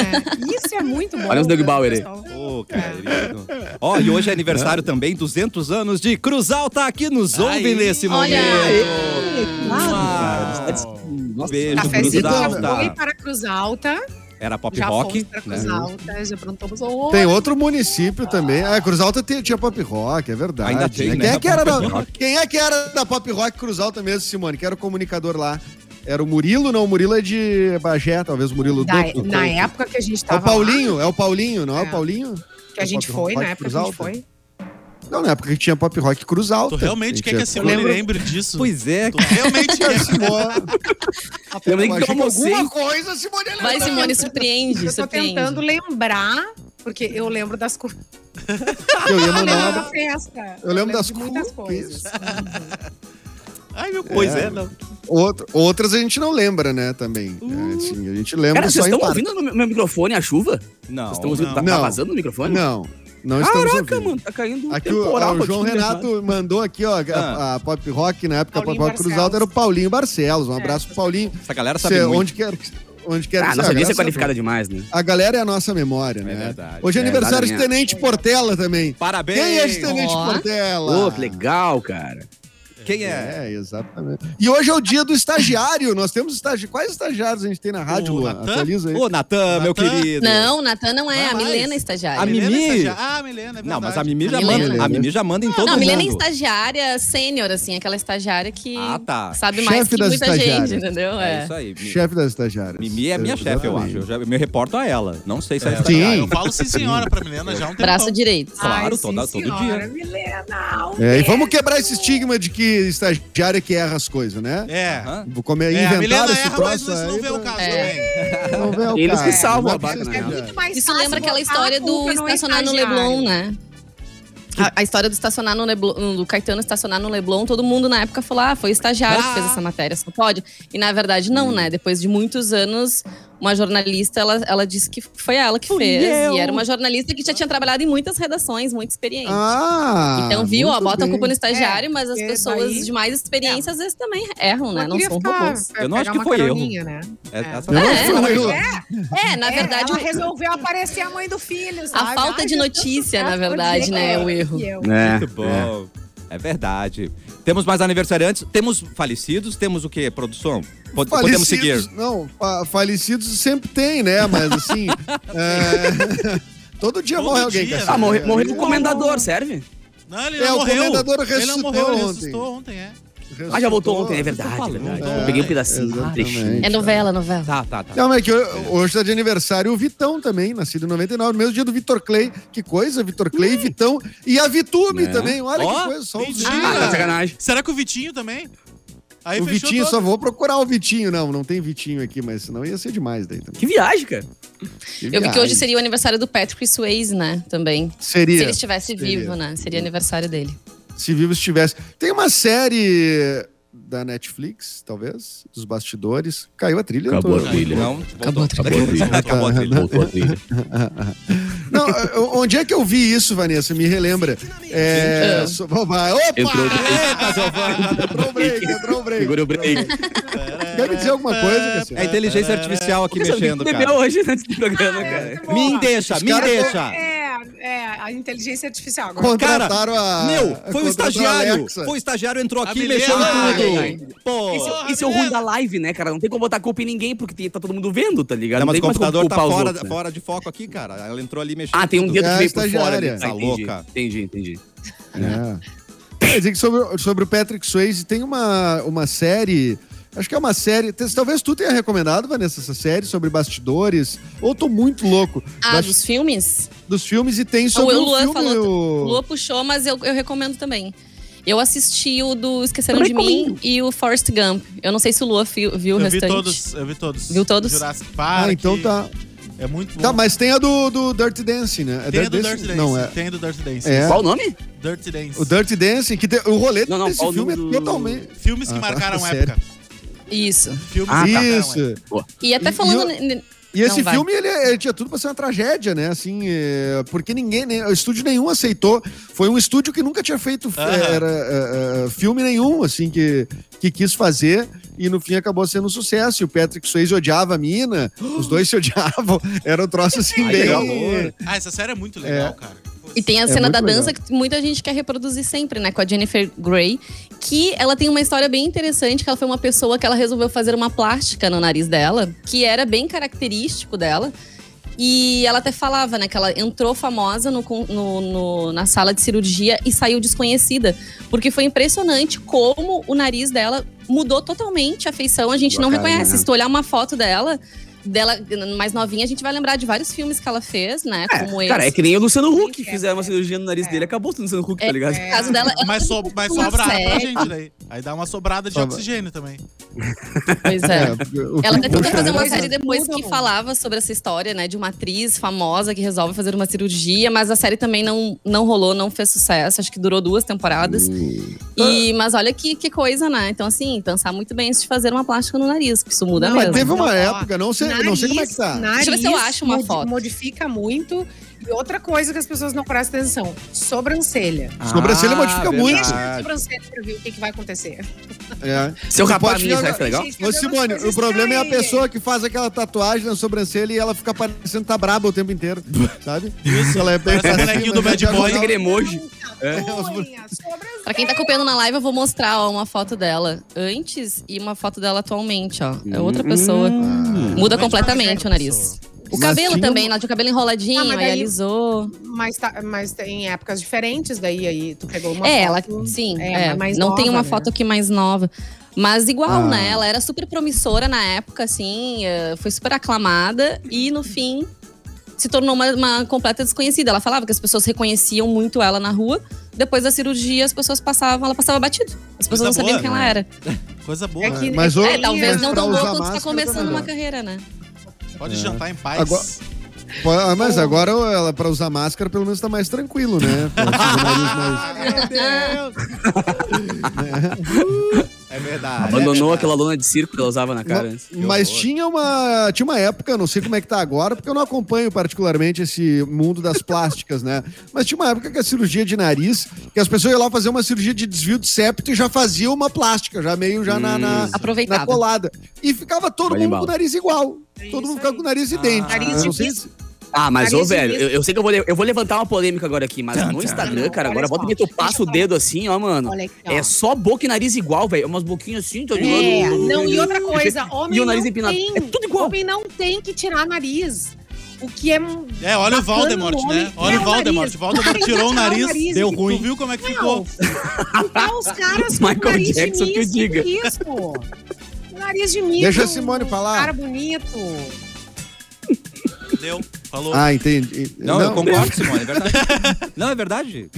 E: Isso é muito bom.
C: Olha os Doug Bauer aí.
E: pessoal.
A: Ô, querido. Ó, e hoje é aniversário também, 200 anos de Cruz Alta aqui nos ouve
B: Aí.
A: nesse
D: Olha
A: momento.
C: Claro, cara.
A: Uau.
C: Nossa, tá
A: Beijo,
E: Cafezinho
A: Cruz
E: já
A: Alta.
E: foi para Cruz Alta.
A: Era pop
E: já
A: rock.
E: fomos para
A: né?
E: Cruz Alta. Já plantamos o
F: Tem outro município também. Ah, Cruz Alta tinha, tinha pop rock, é verdade.
A: Ainda tem,
F: Quem,
A: né?
F: é que era
A: Pop
F: da,
A: rock.
F: quem é que era da pop rock Cruz Alta mesmo, Simone? Que era o comunicador lá. Era o Murilo, não, o Murilo é de Bagé, talvez o Murilo
E: Da-
F: Dutra.
E: na época que a gente
F: É o
E: tava lá,
F: Paulinho, é o Paulinho, não é,
E: É.
F: o Paulinho?
E: que a gente
F: Pop
E: foi,
F: Rock
E: na época
F: Cruz
E: que a gente
F: Alta.
E: foi.
F: Não, na época que tinha pop rock Cruz Alta.
B: Tu realmente
A: é
B: quer que a Simone
F: Simone
B: lembre disso?
A: Pois é,
B: Tu realmente quer.
C: Eu lembro que eu almocei.
F: alguma coisa, Simone lembra.
D: Vai, Simone, surpreende,
E: Eu tô
D: surpreende.
E: tentando lembrar, porque eu lembro das coisas.
F: Eu ia
E: Eu lembro
F: mandar
E: da
F: uma...
E: festa.
F: Eu lembro das
E: né? de muitas
F: cookies.
E: coisas.
B: Ai, meu
A: pois
B: coisa.
A: é, não.
F: Outra- Outras a gente não lembra, né, também.
E: Uh.
F: É, assim, a gente lembra
C: Cara, vocês
F: só em
C: estão
F: parte.
C: ouvindo no meu- meu microfone a chuva? Vocês
A: Não.
C: estão ouvindo? Tá, tá
F: Não.
C: vazando o microfone?
F: Não, não estamos
C: Caraca,
F: ouvindo.
C: mano, tá caindo
F: Aqui o,
C: temporal.
F: o João
C: aqui né, no
F: Renato mandou aqui, ó, a-
A: Ah.
F: a, Pop Rock, na época
E: Paulinho
F: a Pop Rock Cruz
E: Barcelos.
F: Alta era o Paulinho Barcelos. Um
E: É,
F: abraço pro Paulinho.
A: Essa galera sabe
F: Cê,
A: muito.
F: onde quer que- onde quer
C: mercado. Ah, nossa
F: que seja,
C: audiência é
F: essa-
C: qualificada demais, né?
F: A galera é a nossa memória, né?
A: verdade.
F: Hoje é,
C: É
F: aniversário de
C: verdade,
F: Tenente Portela também.
A: Parabéns.
F: Quem é esse Tenente
D: Ó.
F: Portela?
C: Pô, que legal, cara.
A: Quem é?
F: É, exatamente. E hoje é o dia do estagiário. Nós temos estagiário. Quais estagiários a gente tem na rádio,
B: O
F: Luan?
B: Natan?
F: Atualiza aí.
A: Ô, Natan, meu
B: Natan?
A: querido.
D: Não, o Natan não é,
B: Vai
D: a
B: mais.
D: Milena é
A: A
D: estagiária.
A: Mimi.
B: Milena é estagiária. Ah, a Milena, é verdade.
A: Não, mas a Mimi
D: A
A: já
D: Milena.
A: manda. A Mimi já manda em todo
D: Não, a
A: mundo.
D: Milena é estagiária sênior, assim, aquela estagiária que
A: Ah, tá.
D: sabe
F: Chefe
D: mais que
F: das
D: muita
F: estagiárias.
D: gente, entendeu?
A: É
D: É.
A: isso aí. Mi-
F: Chefe das estagiárias.
A: Mimi é minha chefe, eu acho. Eu, já, eu me reporto a ela. Não sei se é,
B: É,
A: estagiária.
F: Sim.
B: Eu falo sim, senhora, pra Milena já há um tempo.
D: Braço direito.
A: Claro,
E: sim,
A: toda- todo dia.
E: senhora, Milena, ao
F: É, e
E: vivo.
F: vamos quebrar esse estigma de que estagiário é que erra as coisas, né?
B: É.
A: Aham.
F: Vou comer
B: É, a Milena
F: inventário esse
B: erra, mas
F: troço
B: isso não
F: aí,
B: vê o
F: pra-
B: caso
D: É.
B: também.
F: Não vê o
C: Eles que
F: caso.
C: salvam
F: Não
C: a barca,
F: precisa
C: né?
F: de-
E: Muito mais
D: Isso
E: fácil
D: lembra aquela
E: botar
D: história
E: a culpa
D: do estacionar no
E: é estagiário.
D: Leblon, né? A, a história do estacionar no Leblon, hum, do Caetano estacionar no Leblon, todo mundo na época falou: ah, foi o estagiário que fez essa matéria, só pode. E na verdade,
F: Hum.
D: não, né? Depois de muitos anos, uma jornalista ela, ela disse que foi ela que fez. E era uma jornalista que já tinha trabalhado em muitas redações, muito experiente.
F: Ah!
D: então, viu, ó,
F: muito
D: bota a culpa
F: bem.
D: no estagiário,
E: É,
D: mas as
E: porque
D: pessoas
E: daí-
D: de mais experiência às vezes também erram, né?
E: Ela
D: Não
E: queria
D: são
E: ficar-
D: robôs.
E: pe-
A: Eu não acho
E: pegar
A: que
E: uma
A: foi erro.
E: caroninha, Né?
A: É, essa-
F: Eu não
D: É,
F: fui, eu-
D: É, na
E: É,
D: verdade,
E: ela resolveu aparecer a mãe do filho, sabe?
D: a falta
E: Ai,
D: de
E: meu
D: notícia,
E: Deus,
D: na
E: eu
D: verdade,
E: digo,
D: né? é O erro.
E: eu.
C: É,
A: Muito bom.
C: é.
A: É. verdade. Temos mais aniversariantes, temos falecidos, temos o quê, produção? Pod- Podemos
F: Falecidos,
A: seguir.
F: Não, fa- falecidos sempre tem, né? Mas assim. é, Todo dia
B: Todo
F: morre alguém,
B: dia,
F: cara.
B: né?
C: Ah, morre-
F: É,
C: morreu o
F: aí-
C: comendador, serve?
B: Não, ele
F: É,
B: não
F: o
B: morreu.
F: comendador
B: Ele não morreu, ele
F: ressuscitou
B: ressuscitou ontem, é.
C: Ah, já voltou ontem, é verdade.
A: falando,
C: verdade.
B: voltou.
C: Peguei um pedacinho, um
F: Exatamente.
C: trechinho.
D: É novela, novela.
A: Tá, tá, tá.
F: Não, mas é que ho- hoje tá de aniversário o Vitão também, nascido em 99, no mesmo dia do Vitor Clay. Que coisa, Vitor Clay, Vitão e a Vitume
C: Né?
F: também. Olha
A: Ó,
F: que coisa, só os
B: mentira.
F: dias.
C: Ah, tá de sacanagem.
B: é. Será que o Vitinho também? Aí
F: O
B: fechou
F: Vitinho,
B: todo.
F: só vou procurar o Vitinho. Não, não tem Vitinho aqui, mas senão ia ser demais daí também.
C: Que viagem, cara.
D: Eu vi que hoje
F: viagem.
D: seria o aniversário do Patrick Swayze, né? Também. Se ele
F: Seria,
D: estivesse
F: Seria.
D: vivo, né? Seria aniversário dele.
F: se vivo estivesse. Tem uma série da Netflix, talvez, dos bastidores. Caiu a trilha. eu
C: Acabou a trilha.
A: Tá, Não,
D: Acabou a trilha.
A: Acabou a trilha. Acabou a trilha.
F: Não, o- onde é que eu vi isso, Vanessa? Me relembra. É, so- opa!
C: Entrou o break.
F: Eita, Giovana! Entrou o break, entrou o break.
C: Segura o break.
F: Quer me dizer alguma coisa,
A: É a
F: Cassiano?
A: inteligência artificial aqui mexendo,
C: bebeu
A: cara.
C: hoje antes do programa,
D: Ah,
E: É,
C: cara.
E: muito
A: Me
E: boa.
A: deixa,
F: Os
A: me
F: caras-
A: deixa.
E: É, é, a inteligência artificial. Agora.
F: Contrataram a.
A: Meu, foi
F: contrataram
A: o
F: a
A: estagiário.
F: Alexa.
A: Foi o estagiário, entrou aqui e
B: Milena.
A: mexeu
C: Ai,
A: em tudo. Pô.
B: Porra,
C: Isso é o ruim da live, né, cara? Não tem como botar culpa em ninguém, porque tem- tá todo mundo vendo, tá ligado?
A: Não, mas o
C: tem mais como
A: computador tá
C: culpar os
A: fora,
C: outros, né?
A: fora de foco aqui, cara. Ela entrou ali mexendo.
C: Ah, tem um
A: tudo.
C: dedo
F: É,
C: que veio por fora.
F: estagiária.
C: ali. Tá,
A: Tá
C: entendi,
A: louca.
C: Entendi, entendi.
F: É. Quer dizer que sobre, sobre o Patrick Swayze, tem uma, uma série Acho que é uma série. Talvez tu tenha recomendado, Vanessa, essa série sobre bastidores. Ou tô muito louco.
D: Ah,
F: Bas-
D: dos filmes?
F: dos filmes e tem sobre
D: o
F: o
D: Luan
F: filme.
D: falou-
F: o-
D: Lua puxou, mas eu, eu recomendo também. Eu assisti o do Esqueceram
C: Eu
D: de Mim
C: recomendo.
D: e o Forrest Gump. Eu não sei se o Lua fi- viu o
B: eu vi
D: restante.
B: todos, eu vi todos.
D: Viu todos?
B: Jurassic Park.
F: Ah, então tá.
B: É muito bom.
F: Tá, mas tem a do, do Dirty Dancing, né? É
B: tem a do Dirty Dancing.
F: Não, é.
B: Tem a do Dirty Dancing.
F: É.
C: Qual o nome?
B: Dirty Dancing.
F: O Dirty Dancing, que tem- o rolê
C: Não, não,
F: desse
C: qual o
F: filme
C: nome
F: é
C: do-
F: totalmente.
B: Filmes que
F: Ah, tá,
B: marcaram
F: tá,
B: época.
D: Isso.
B: Filmes
C: Ah,
B: que
C: tá.
B: marcaram
F: Isso.
B: época.
D: E até
F: E-
D: falando.
F: e
D: ne-
F: E esse
D: Não, vai.
F: filme, ele, ele tinha tudo pra ser uma tragédia, né? Assim, é, porque ninguém, nem- estúdio nenhum aceitou. Foi um estúdio que nunca tinha feito
B: Aham.
F: é, era, é, é, filme nenhum, assim, que, que quis fazer. E no fim acabou sendo um sucesso. E o Patrick Swayze odiava a mina. Os dois se odiavam. Era um troço assim,
C: Ai,
F: bem...
C: legal.
B: Ah, essa série é muito legal, cara.
D: E tem a
F: É
D: cena
F: muito
D: da dança
F: legal.
D: que muita gente quer reproduzir sempre, né? Com a Jennifer Grey. Que ela tem uma história bem interessante, que ela foi uma pessoa que ela resolveu fazer uma plástica no nariz dela, que era bem característico dela. E ela até falava, né, que ela entrou famosa no con- no- no- na sala de cirurgia e saiu desconhecida. Porque foi impressionante como o nariz dela mudou totalmente a feição. A gente
C: Tua
D: não
C: cara,
D: reconhece.
C: né?
D: Se tu olhar uma foto dela, dela mais novinha, a gente vai lembrar de vários filmes que ela fez, né? como esse.
C: Cara, é que nem o Luciano Huck
E: É,
C: fizeram uma
E: é.
C: cirurgia no nariz
E: É.
C: dele. Acabou o Luciano Huck, tá
D: É,
C: ligado?
D: No caso dela, ela
B: Mas, so, mas
D: uma
B: sobra ar pra
D: série.
B: gente daí. Aí dá uma sobrada de
F: Sobra.
B: oxigênio também.
D: Pois
F: É,
D: é.
F: o
D: Ela
F: filme
D: até tentou
F: foi
D: fazer uma
E: coisas
D: série depois
E: mudam.
D: que falava sobre essa história, né? De uma atriz famosa que resolve fazer uma cirurgia, mas a série também não, não rolou, não fez sucesso. Acho que durou duas temporadas. E, mas olha que, que coisa, né? Então, assim, pensar muito bem antes de fazer uma plástica no nariz, que isso muda
E: Não,
F: Mas
D: mesmo.
F: teve uma
E: Não, ó,
F: época, não sei, não sei como é que tá.
D: Deixa eu ver se eu acho uma foto.
E: Modifica muito. E outra coisa que as pessoas não prestam atenção: sobrancelha.
F: Sobrancelha
A: Ah,
F: modifica muito.
E: Deixa a sobrancelha pra ver o que, que vai acontecer.
F: É.
C: Se eu
F: Tu
C: rapar a
F: pode
C: minha,
F: ficar-
C: será que fica legal?
E: Gente,
F: Ô,
E: cada
F: Simone,
E: uma coisa
F: o problema é a
E: estranha.
F: pessoa que faz aquela tatuagem na sobrancelha e ela fica parecendo que tá braba o tempo inteiro, sabe? Isso, ela é bem
B: Parece o
F: assim,
B: bonequinho
F: mas
B: do Bad
F: é
B: Boy.
F: diagonal.
C: Aquele emoji.
E: É.
D: Pra quem tá copiando na live, eu vou mostrar ó, uma foto dela antes e uma foto dela atualmente, ó. É outra
C: Hum.
D: pessoa. Muda
B: Mas
D: completamente
B: outra
D: o nariz.
B: pessoa.
D: O
F: Mas
D: cabelo
F: tinha
D: também, ela tinha o cabelo enroladinho,
E: Ah, mas
D: aí
E: daí-
D: alisou.
E: Mas, tá, mas tem épocas diferentes, daí aí tu pegou uma
D: é, ela,
E: foto.
D: sim.
E: é,
D: é.
E: mas mais
D: não tem
E: nova,
D: uma
E: né?
D: foto aqui mais nova. Mas igual,
F: Ah.
D: né? Ela era super promissora na época, assim, eh, foi super aclamada e no fim se tornou uma, uma completa desconhecida. Ela falava que as pessoas reconheciam muito ela na rua. Depois da cirurgia, as pessoas passavam, ela passava batido. As pessoas
B: Coisa
D: não sabiam
B: boa,
D: quem
B: né?
D: ela era.
B: Coisa boa.
E: É que-
F: Mas, ô,
D: É, talvez
F: mas
D: não
F: pra
D: tão boa
F: usar
D: quando tu tá
F: máscara,
D: começando
F: tá
D: uma
F: melhor.
D: carreira, né?
B: Pode
F: É.
B: jantar em paz.
F: Agora- Pô, ah, Mas agora ela, pra usar máscara, pelo menos tá mais tranquilo, né? Pra fazer o nariz mais-
B: meu Deus! é
E: Ah,
B: verdade.
C: Abandonou
B: é verdade.
C: aquela lona de circo que ela usava na cara antes.
F: Mas
B: horror.
F: tinha uma, tinha uma época, não sei como é que tá agora, porque eu não acompanho particularmente esse mundo das plásticas, né? Mas tinha uma época que a cirurgia de nariz, que as pessoas iam lá fazer uma cirurgia de desvio de septo e já fazia uma plástica, já meio já na, na,
D: Aproveitada.
F: na colada. E ficava todo
C: Olha em
F: mundo
C: bala.
F: com o nariz igual.
E: É
F: todo
E: isso
F: mundo ficava
E: aí.
F: com o nariz
B: Ah.
F: idêntico.
E: Nariz
F: Eu não
E: de
F: sei
E: bico.
F: se-
C: Ah, mas ô,
E: Nariz de
C: velho,
E: bicho.
C: eu, eu sei que eu vou, le- eu vou levantar uma polêmica agora aqui,
A: Tá,
C: mas no Instagram, cara, agora
E: Olha
C: volta
E: só.
C: e meia, tu passa o dedo assim, ó, mano.
E: Olha aqui, ó.
C: É só boca e nariz igual, velho. Umas boquinhas assim, tá ligado?
E: É, não, e outra coisa, homem
C: E o nariz
E: não
C: empinado.
E: tem.
C: É tudo igual.
E: Homem não tem que tirar nariz. O que é um-
B: É, olha o
E: Bacana,
B: Valdemort, né?
E: o homem
B: Olha
E: quer
B: o
E: o
B: Valdemort.
E: nariz.
B: Valdemort
E: Tem que
B: tirou o
E: tirar o
B: nariz,
E: nariz.
B: deu ruim. Tu viu como é que ficou?
E: Tá os caras com
C: Michael
E: nariz
C: Jackson
E: de
C: que o
E: misto,
C: diga.
E: que isso? Nariz de misto.
F: Deixa a Simone falar.
E: Cara bonito.
B: Deu, falou.
F: Ah, entendi.
A: Não, eu concordo, Simone, é verdade. não, é verdade.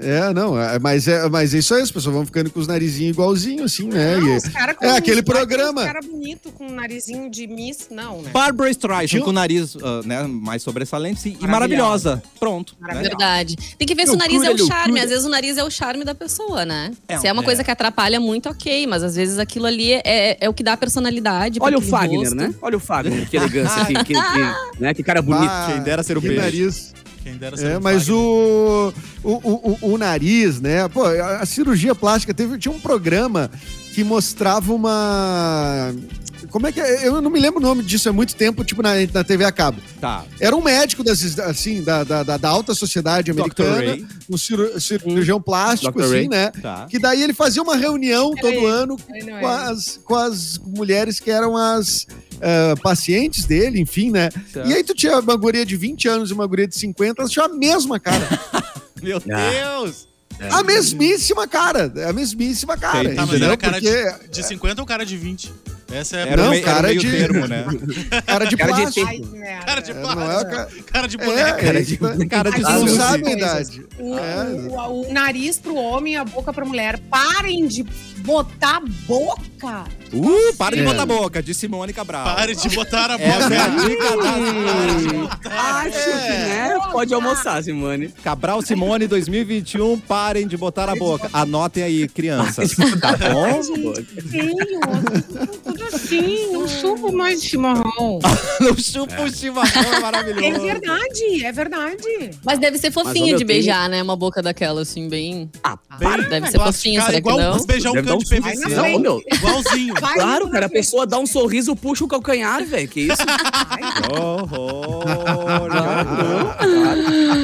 F: É, não, é, mas é, mas é isso aí, as pessoas vão ficando com os narizinhos igualzinho, assim, né?
E: Não,
F: E-
E: os cara com
F: é aquele
E: misto, vai ter
F: programa.
E: Os cara bonito com um narizinho de misto, não, né?
A: Barbara Streisand
F: Viu?
A: com o nariz ah, né, mais sobressalente e
E: Maravilhosa.
A: maravilhosa. Pronto. né?
E: Maravilhosa.
D: Verdade. Tem que ver se o nariz é
C: Loucura,
D: o charme.
C: loucura.
D: Às vezes o nariz é o charme da pessoa, né?
A: É,
D: se é uma
B: é.
D: coisa que atrapalha muito, ok. Mas às vezes aquilo ali é, é- é o que dá personalidade. pra
C: Olha o
D: aquele
C: Fagner,
D: rosto.
C: né? Olha o Fagner, que elegância, que, que- que- né? que cara bonito.
F: Ah,
A: Quem dera ser o
F: que
A: peixe.
F: nariz.
B: Quem dera ser
F: É,
B: um
F: mas
B: Wagner.
F: o, o, o, o- o nariz, né? Pô, a, a cirurgia plástica teve, tinha um programa que mostrava uma. Como é que é? Eu não me lembro o nome disso, é muito tempo, tipo na, na TV a cabo.
A: Tá.
F: Era um médico das, assim, da, da, da- da alta sociedade
A: Dr.
F: americana,
A: Ray.
F: um ciru- cirurgião plástico,
C: Dr.
F: assim,
C: Ray.
F: né?
A: Tá.
F: Que daí ele fazia uma reunião todo
E: Peraí.
F: ano
E: Ele não é.
F: com as, com as mulheres que eram as ah, pacientes dele, enfim, né?
A: Certo.
F: E aí tu tinha uma guria de 20 anos e uma guria de 50, elas tinham a mesma cara.
A: Meu
C: Ah.
A: Deus!
F: É. A mesmíssima cara. é A mesmíssima cara.
A: Tá,
B: Tá, mas
F: entendeu?
B: era cara
F: Porque
B: de, de 50 ou cara de 20? Essa é a
A: Era
F: Não,
A: o meio,
F: cara
A: era o meio
F: de-
A: termo, né?
F: cara de
C: Cara de
F: plástico.
E: Ai, merda.
B: cara de
F: É,
B: plástico.
F: não é
B: cara...
F: cara-
B: né? de boneca.
F: É, é, tipo,
A: Cara de
F: não
E: Jesus.
A: sushi.
F: sabe a idade.
E: O,
F: É.
E: o- o nariz pro homem, a boca pra mulher. Parem de botar boca.
A: Uh, para de
F: É.
A: botar a boca, de Simone Cabral.
B: Pare de botar a
A: Essa é a
B: boca.
A: dica da
C: Acho que, né? Pode almoçar, Simone.
A: Cabral Simone 2021, parem de botar a boca. Anotem aí, crianças. Tá bom?
E: Feio. Tudo assim. Não chupo mais chimarrão.
A: Não chupa o chimarrão, é maravilhoso.
E: É verdade, é verdade.
D: Mas deve ser
C: Mas,
D: fofinho
C: olha,
D: de
C: eu tenho-
D: beijar, né? Uma boca daquela, assim, bem.
C: Ah,
B: Bem
D: Deve ser
B: plástica,
D: fofinho, será que
B: igual
D: não?
B: beijar um
C: Deve dar
B: canto
C: um
B: de
C: susto.
B: PVC.
E: Vai na
C: Não,
E: frente.
C: meu.
B: Igualzinho.
E: Vai
C: Claro,
E: na
C: cara, a
E: frente.
C: pessoa dá um sorriso, puxa o calcanhar, velho. Que isso?
A: Horror, cara.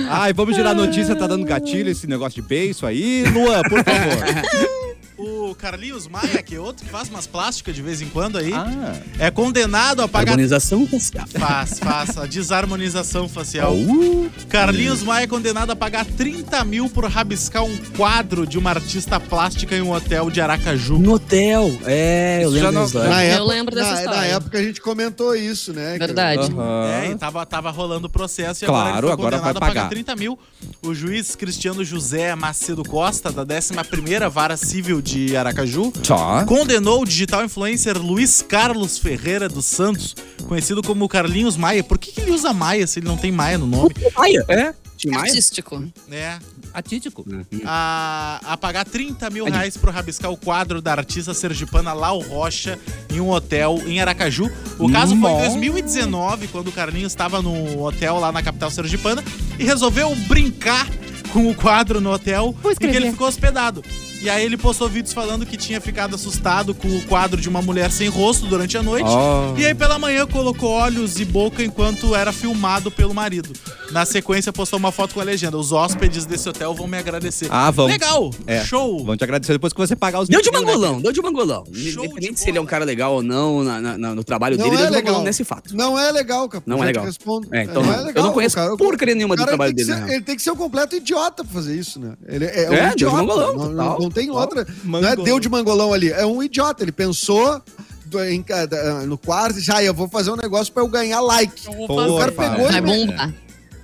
A: Ai, vamos girar a notícia, tá dando gatilho esse negócio de beijo aí. Luan, por favor.
B: O Carlinhos Maia, que é outro que faz umas plásticas de vez em quando aí,
A: Ah,
B: é condenado a pagar.
C: Harmonização tá facial.
B: Faz, faz, a desarmonização facial. Carlinhos Maia é condenado a pagar 30 mil por rabiscar um quadro de uma artista plástica em um hotel de Aracaju.
C: No hotel. É, eu
A: Isso já
C: lembro
A: não-
C: disso. lá.
F: Na
D: Eu
F: época-
D: lembro dessa
F: na,
D: história.
F: Na época a gente comentou isso, né? que-
D: Verdade.
B: É, e
A: aham.
B: tava, tava rolando o processo e
A: Claro,
B: agora ele foi
A: agora
B: condenado
A: vai
B: a pagar
A: pagar.
B: 30 mil. O juiz Cristiano José Macedo Costa, da 11ª Vara Civil de Aracaju,
A: Tá.
B: condenou o digital influencer Luiz Carlos Ferreira dos Santos, conhecido como Carlinhos Maia. Por que, que ele usa Maia se ele não tem Maia no nome?
A: Uh!
C: Maia, é? Tim Maia?
D: Artístico.
B: né?
A: Atítico.
C: Uhum.
B: a, a pagar 30 mil reais por rabiscar o quadro da artista sergipana Lau Rocha em um hotel em Aracaju. O caso foi em
A: Nossa.
B: 2019, quando o Carlinhos estava no hotel lá na capital sergipana e resolveu brincar com o quadro no hotel em que ele ficou hospedado. E aí ele postou vídeos falando que tinha ficado assustado com o quadro de uma mulher sem rosto durante a noite. E aí, pela manhã, colocou olhos e boca enquanto era filmado pelo marido. Na sequência, postou uma foto com a legenda: Os hóspedes desse hotel vão me agradecer.
A: Ah, vamos.
B: Legal!
A: É.
B: Show!
A: Vamos te agradecer depois que você pagar os
C: Deu de
A: mil, né?
C: mangolão, deu de mangolão.
B: Show
C: Independente
B: de
C: se ele é um
B: bola.
C: cara legal ou não na- na- na- no trabalho
F: Não
C: dele,
F: é
C: deu de
F: legal.
C: mangolão nesse fato.
F: Não é legal, cara.
C: Não é
F: Já te
C: legal.
F: respondo.
C: É, então
F: Não é
C: não.
F: legal,
C: eu não conheço
F: cara.
C: porcaria nenhuma
F: O
C: do
F: cara
C: trabalho
F: ele tem,
C: dele,
F: que
C: né?
F: ser, ele tem que ser um completo idiota pra fazer isso, né? Ele é,
C: É,
F: um
C: deu de
F: idiota.
C: mangolão,
F: não,
C: total.
F: não tem outra. Não é
A: Mangolão.
F: deu de mangolão ali, é um idiota. Ele pensou do- em ca- da- no quarto e disse, ah, eu vou fazer um negócio pra eu ganhar like.
A: Pô,
F: O cara
A: fala.
F: pegou
D: Vai
F: e,
D: bombar.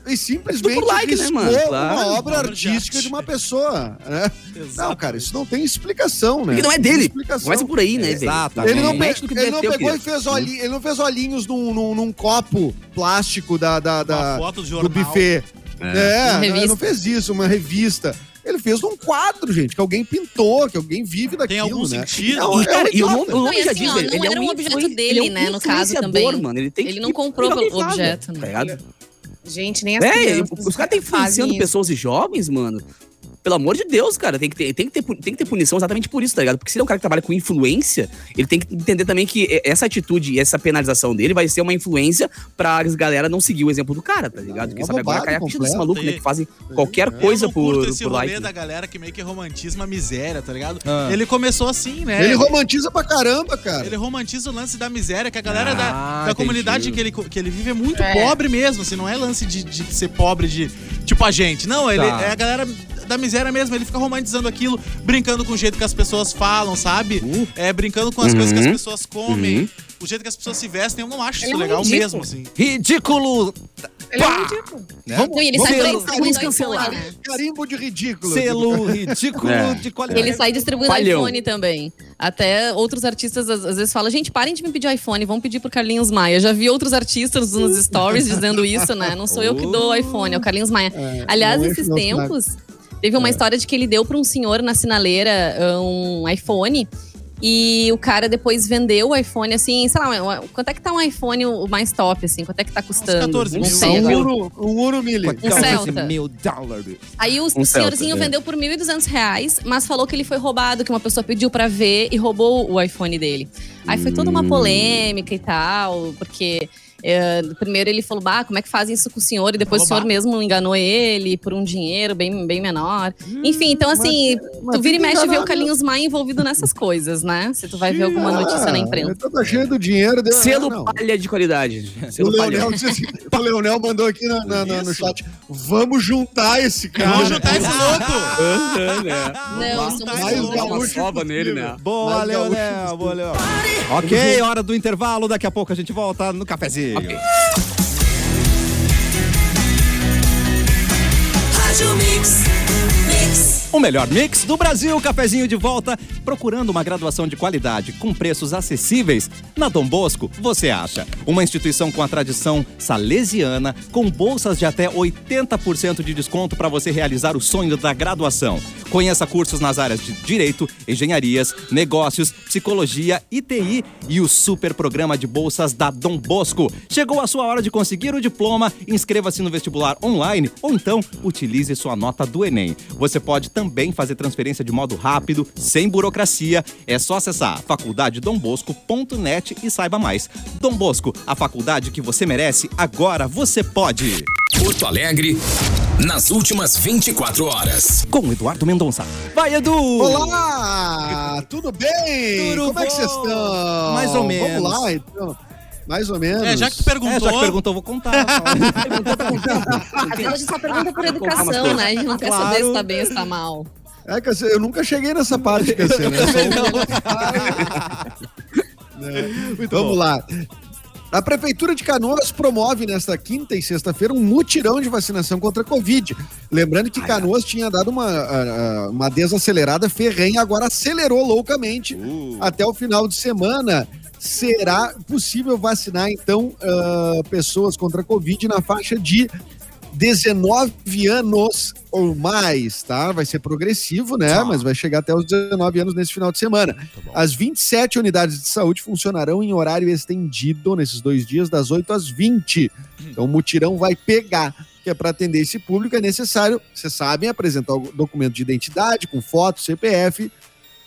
F: e simplesmente
C: Tudo por like, né,
F: riscou
C: mano?
F: uma
C: Claro.
F: obra
B: Obra de
F: artística
B: arte.
F: de uma pessoa. né? Não,
B: Exato.
F: cara, isso não tem explicação, né?
C: Porque não é
F: tem
C: dele.
F: explicação.
C: Começa por aí, né, velho?
A: Exatamente.
F: Ele não,
A: O
F: pe-
C: Médico que é
F: ele não
C: deve ter o
F: pegou
C: quê?
F: e fez olhinhos. Ele não fez olhinhos num, num- num copo plástico da, da- da-
B: Uma foto do
F: do
B: jornal.
F: buffet.
D: Uma
F: É, ele
D: revista.
F: não fez isso, uma revista. Ele fez num quadro, gente, que alguém pintou, que alguém vive daquilo,
B: Tem algum
F: né?
B: sentido.
F: Não,
C: E, cara,
F: é um
C: e o nome,
F: idiota.
C: o nome
D: Não, e
C: já
D: assim,
C: diz,
D: ó,
C: velho,
D: não
C: ele é
D: era um
C: influen-
D: objeto dele,
C: ele é um
D: né, no caso
C: influenciador,
D: também.
C: Mano. Ele, tem
D: Ele
C: que-
D: não comprou
C: alguém
D: o
C: fala,
D: objeto, né?
C: Tá ligado?
E: Gente, nem as
C: É, e-
E: crianças
C: os caras têm
E: fazem
C: influenciando
E: isso.
C: pessoas jovens, mano. Pelo amor de Deus, cara, tem que, ter, tem, que ter, pu- tem que ter punição exatamente por isso, tá ligado? Porque se ele é um cara que trabalha com influência, ele tem que entender também que e- essa atitude e essa penalização dele vai ser uma influência pra as galera não seguir o exemplo do cara, tá
B: É
C: ligado?
F: Não,
B: um
C: Quem
F: uma
C: sabe agora
F: bobagem
C: cai a ficha desse
F: completa.
C: maluco, né? Que fazem qualquer
B: Eu
C: coisa
B: não curto
C: por,
B: esse
C: por
B: rolê
C: like.
B: da galera que meio que romantiza a miséria, tá ligado?
A: Ah.
B: Ele começou assim, né?
F: Ele romantiza pra caramba, cara.
B: Ele romantiza o lance da miséria, que a galera da,
A: Ah,
B: da
A: entendi.
B: comunidade que ele, co- que ele vive é muito
E: É.
B: pobre mesmo, assim, não é lance de, de ser pobre de tipo a gente. Não, ele
A: Tá.
B: é a galera da miséria mesmo, ele fica romantizando aquilo, brincando com o jeito que as pessoas falam, sabe?
A: Uh.
B: É, brincando com as
C: Uhum.
B: coisas que as pessoas comem,
C: Uhum.
B: o jeito que as pessoas se vestem, eu não acho
E: Ele
B: isso
E: é um
B: legal
E: ridículo.
B: mesmo, assim.
A: né? Ridículo!
E: Ele é um tipo.
A: Né?
D: Não, e ele sai
A: vamos-
D: distribuindo
C: vamos cancelar.
D: iPhone,
B: é
D: né?
F: Carimbo de ridículo.
A: Selo ridículo
C: É.
A: de qualidade.
D: Ele sai distribuindo
C: Palhão.
D: iPhone também. Até outros artistas às, às vezes falam, gente, parem de me pedir iPhone, vão pedir pro Carlinhos Maia. Já vi outros artistas nos stories dizendo isso, né? Não sou eu que dou iPhone, é o Carlinhos Maia.
F: Oh. É,
D: Aliás,
F: não
D: esses
F: enche É. meu saco.
D: tempos, teve uma história de que ele deu para um senhor na sinaleira ah, um iPhone. E o cara depois vendeu o iPhone, assim, sei lá, quanto é que tá um iPhone o mais top, assim? Quanto é que tá custando?
B: 14
D: Não
B: mil.
D: sei
F: Um
D: agora.
F: Uro, um Uro Mille.
A: Com 14
D: Celta.
A: Então, mil dólares.
D: Aí o
C: Celta,
D: senhorzinho
C: é.
D: vendeu por 1.200 reais, mas falou que ele foi roubado, que uma pessoa pediu pra ver e roubou o iPhone dele. Aí foi toda uma
C: Hum.
D: polêmica e tal, porque é, primeiro ele falou, bah, como é que fazem isso com o senhor? E depois o
B: Roubar.
D: senhor mesmo enganou ele por um dinheiro bem, bem menor. Enfim, então assim,
F: Mas
D: tu vira e
F: tem que
D: mexe vê
F: enganar,
D: o Carlinhos Maia envolvido nessas coisas, né? Se tu vai ver alguma
F: Ah,
D: notícia na imprensa.
F: ele Tá cheio do dinheiro. Deu...
C: Selo
F: Ah, não.
C: palha de qualidade.
F: O
C: Selo palha.
F: Leonel, disse assim- o Leonel mandou aqui na- na- na- no
B: Isso.
F: chat. Vamos juntar esse cara.
B: Vamos juntar esse louco!
C: Aham, né?
D: Não,
B: Vamos
D: somos
B: lá,
F: mais
D: loucos.
C: Uma
F: gaúcho
C: sova nele, né?
A: Boa,
F: Mas
A: Léo,
F: gaúcho
A: Léo, boa, Léo. Ok, hora do intervalo. Daqui a pouco a gente volta no cafezinho.
C: Ok.
A: O melhor mix do Brasil, cafezinho de volta, procurando uma graduação de qualidade com preços acessíveis. Na Dom Bosco, você acha uma instituição com a tradição salesiana, com bolsas de até 80% de desconto para você realizar o sonho da graduação. Conheça cursos nas áreas de Direito, Engenharias, Negócios, Psicologia, ITI e o super programa de bolsas da Dom Bosco. Chegou a sua hora de conseguir o diploma, inscreva-se no vestibular online ou então utilize sua nota do Enem. Você pode também fazer transferência de modo rápido, sem burocracia. É só acessar faculdadedombosco.net e saiba mais. Dom Bosco, a faculdade que você merece, agora você pode.
G: Porto Alegre, nas últimas 24 horas.
A: Com Eduardo Mendonça. Vai, Edu!
F: Olá! Tudo bem?
A: Tudo
F: Como é que
A: bom?
F: vocês estão?
A: Mais ou menos.
F: Vamos lá, então. Mais ou menos.
B: É, já que tu
A: É, já que
B: perguntou,
A: perguntou, eu vou contar.
D: A gente só pergunta por
C: Vou colocar umas
D: educação,
C: coisas.
D: né? A gente não quer
A: Claro.
D: saber se tá bem ou se tá mal.
F: É, Cassiano, eu nunca cheguei nessa parte, Cassiano. Eu sou um né? Vamos lá. A Prefeitura de Canoas promove nesta quinta e sexta-feira um mutirão de vacinação contra a Covid. Lembrando que Canoas tinha dado uma, ah, ah, uma desacelerada ferrenha, agora acelerou loucamente. Até o final de semana será possível vacinar, então, ah, pessoas contra a Covid na faixa de 19 anos ou mais, tá? Vai ser progressivo, né? Mas vai chegar até os 19 anos nesse final de semana. As 27 unidades de saúde funcionarão em horário estendido nesses dois dias, das 8 às 20. Então o mutirão vai pegar. Que é para atender esse público, é necessário, vocês sabem, apresentar o documento de identidade com foto, CPF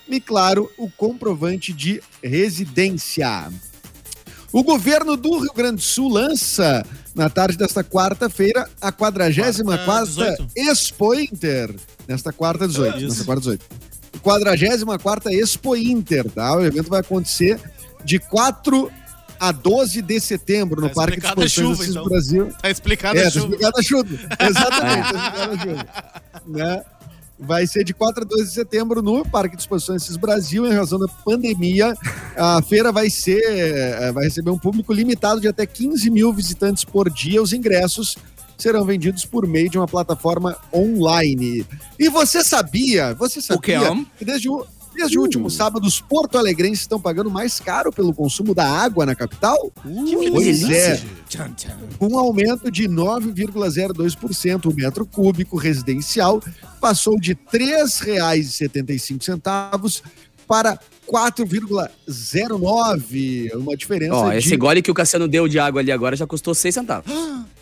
F: e, claro, o comprovante de residência. O governo do Rio Grande do Sul lança, na tarde desta quarta-feira, a 44
B: 18.
F: Expo Inter. Nesta quarta 18.
B: Isso.
F: Nesta quarta 18. 44 Expo Inter, tá? O evento vai acontecer de 4 a 12 de setembro no
B: Tá
F: Parque de
B: explicada a
F: Exposições
B: chuva,
F: Assis
B: então.
F: Brasil.
B: tá explicado a
F: É, tá
B: chuva.
F: explicada a chuva. Exatamente, tá explicada a chuva. Né? Vai ser de 4 a 12 de setembro no Parque de Exposições Assis Brasil, em razão da pandemia. A feira vai ser, eh, vai receber um público limitado de até 15 mil visitantes por dia. Os ingressos serão vendidos por meio de uma plataforma online. E você sabia, você sabia
A: O que
B: Um?
A: é?
F: que desde o,
B: Uh.
F: desde o último sábado os porto-alegrenses estão pagando mais caro pelo consumo da água na capital?
B: Que
F: Pois
B: delícia,
F: é.
B: gente.
F: com um aumento de 9,02% o metro cúbico residencial passou de R$ 3,75 para R$ 4,09, uma diferença
C: Ó,
B: é
F: de
C: esse gole que o Cassiano deu de água ali agora já custou 6 centavos.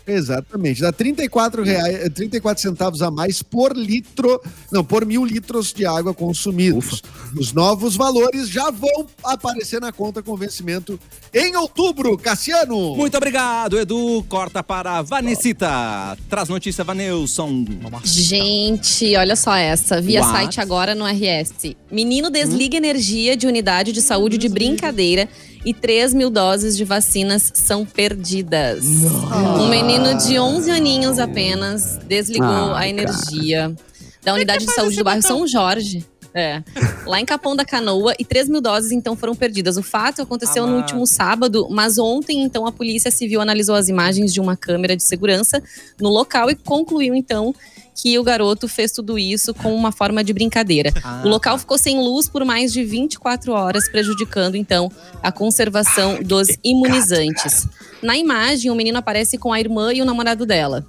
F: exatamente, dá 34 reais, eh, 34 centavos a mais por litro, não, por mil litros de água consumidos. Os novos valores já vão aparecer na conta com vencimento em outubro, Cassiano.
A: Muito obrigado, Edu. Corta para a Vanessita. Traz notícia, Vanilson.
D: Gente, olha só essa. Via
A: What?
D: site agora no RS. Menino desliga energia de unidade de saúde de brincadeira e 3 mil doses de vacinas são perdidas.
F: Ah, Uhum.
D: Um menino de 11 aninhos apenas desligou
C: Ah,
D: a energia da unidade de saúde do bairro São Jorge. É, lá em Capão da Canoa, e 3 mil doses então foram perdidas. O fato aconteceu no
A: Amado.
D: último sábado, mas ontem então a Polícia Civil analisou as imagens de uma câmera de segurança no local e concluiu então que o garoto fez tudo isso com uma forma de brincadeira. O local ficou sem luz por mais de 24 horas, prejudicando então a conservação dos imunizantes. Na imagem, o menino aparece com a irmã e o namorado dela.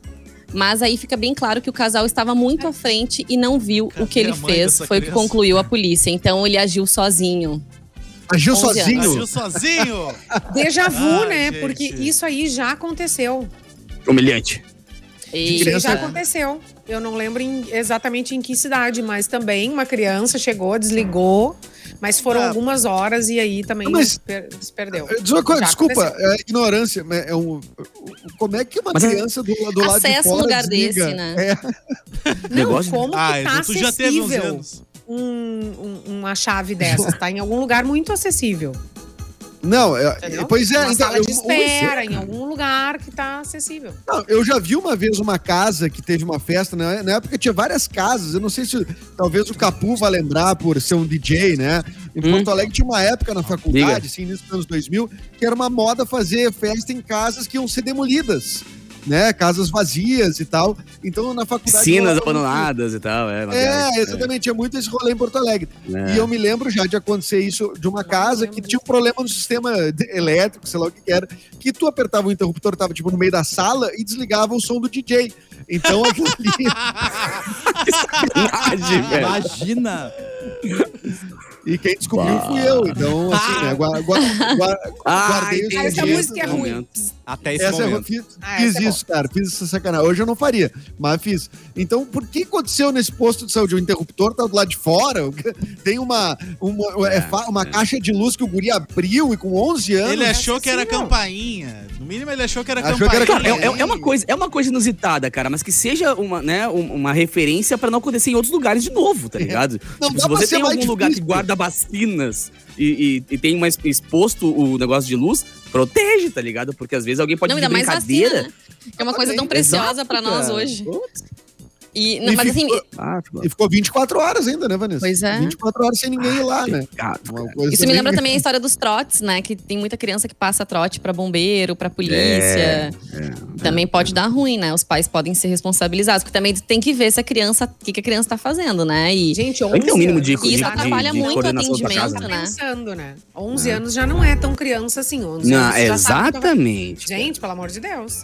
D: Mas aí fica bem claro que o casal estava muito à frente e não viu
B: Cadê
D: o que ele
B: a mãe
D: fez.
B: dessa
D: Foi o que
B: criança?
D: concluiu a polícia. Então ele agiu sozinho.
F: Agiu
D: 11 anos.
F: sozinho?
B: Agiu sozinho.
E: Deja vu,
B: Ah,
E: né?
B: gente.
E: Porque isso aí já aconteceu.
C: Humilhante.
D: E
E: Isso aí
C: é.
E: já
D: já
E: aconteceu. Eu não lembro em- exatamente em que cidade, mas também uma criança chegou, desligou. Mas foram
F: Ah.
E: algumas horas e aí também
F: Mas- eh,
E: se per- se perdeu.
F: É, Diz uma coisa,
E: Já
F: desculpa,
E: aconteceu.
F: é, ignorância, mas é um, como é que uma
C: Mas é-
F: criança do, do lado de
D: Acessa um
F: fora
D: lugar
F: desliga?
D: desse, né?
F: É,
E: Não,
C: Negócio-
E: como
B: Ah,
E: que tá
F: então
B: Edu, tu já teve uns
E: acessível
B: anos.
E: um- um- uma chave dessas? Tá em algum lugar muito acessível.
F: Não, é-
E: Entendeu?
F: pois é.
E: Uma
F: então,
E: sala de
F: eu- um
E: espera,
F: exemplo.
E: em algum lugar que tá acessível.
F: Não, eu já vi uma vez uma casa que teve uma festa, né? na época tinha várias casas, eu não sei se talvez o Capu vá lembrar por ser um DJ, né? Em
C: Hum.
F: Porto Alegre tinha uma época na faculdade,
C: Diga.
F: assim, início dos anos 2000, que era uma moda fazer festa em casas que iam ser demolidas, né? Casas vazias e tal. Então na faculdade... um
C: Piscinas
F: rolava muito-
C: abandonadas e tal. É, uma viagem.
F: É, exatamente, tinha muito esse rolê em Porto Alegre.
C: É.
F: E eu me lembro já de acontecer isso de uma casa que tinha um problema no sistema de- elétrico, sei lá o que que era, que tu apertava o interruptor, tava tipo no meio da sala e desligava o som do DJ. Então aquilo ali-
C: Sacanagem, velho.
A: Imagina!
F: E quem descobriu
C: Bah.
F: fui eu. Então, assim, né? gua- gua- gua-
C: Ah,
F: guardei os
E: Ah, essa
F: objetos,
E: música é
F: né?
E: ruim.
C: momento.
A: Até esse
F: Essa eu
A: momento.
F: fiz,
E: Ah,
F: fiz
E: essa é
F: isso, cara. Fiz essa sacanagem. Hoje eu não faria, mas fiz. Então, por que aconteceu nesse posto de saúde? O interruptor tá do lado de fora? Tem uma, uma, é fa- uma caixa de luz que o guri abriu e com 11 anos.
B: Ele achou que era
E: assim, não.
B: campainha. No mínimo, ele achou que era
F: tá Achou que
B: campainha.
F: era
C: Cara, é,
F: campainha.
C: é- é uma coisa, é uma coisa inusitada, cara, mas que seja uma, né, um- uma referência pra não acontecer em outros lugares de novo, tá ligado?
F: Não
C: Tipo,
F: dá
C: se
F: pra
C: você
F: ser
C: tem algum
F: mais
C: lugar que
F: difícil.
C: guarda bacinas e, e- e tem mais exposto o negócio de luz, protege, tá ligado? Porque às vezes alguém pode
D: não,
C: ir de
D: ainda mais
C: brincadeira.
D: vacina, né? Que é uma coisa tão
F: Exato,
D: preciosa pra nós
F: cara.
D: hoje.
F: Putz.
D: E, não,
F: E
D: mas assim,
F: ficou-
C: Ah, tipo,
F: E ficou 24 horas ainda, né, Vanessa?
D: Pois é.
F: 24 horas sem ninguém ir lá, né?
C: ah,
F: Uma coisa
D: Isso me lembra
F: bem-
D: também a história dos trotes, né? Que tem muita criança que passa trote pra bombeiro, pra polícia.
C: É,
D: E também pode dar ruim, né? Os pais podem ser responsabilizados. Porque também tem que ver se a criança, o que, que a criança tá fazendo, né? E
E: Gente, 11
C: Tem que ter um mínimo de,
E: anos.
D: E
C: de,
D: isso
C: de,
D: atrapalha
C: de
D: muito o
C: coordenação da
D: atendimento,
C: casa.
E: tá
D: né?
E: pensando, né? 11 anos já não é tão criança assim. 11
C: Não,
E: anos tu já sabe que tá tu vai-
C: exatamente.
E: Gente, pelo amor de Deus.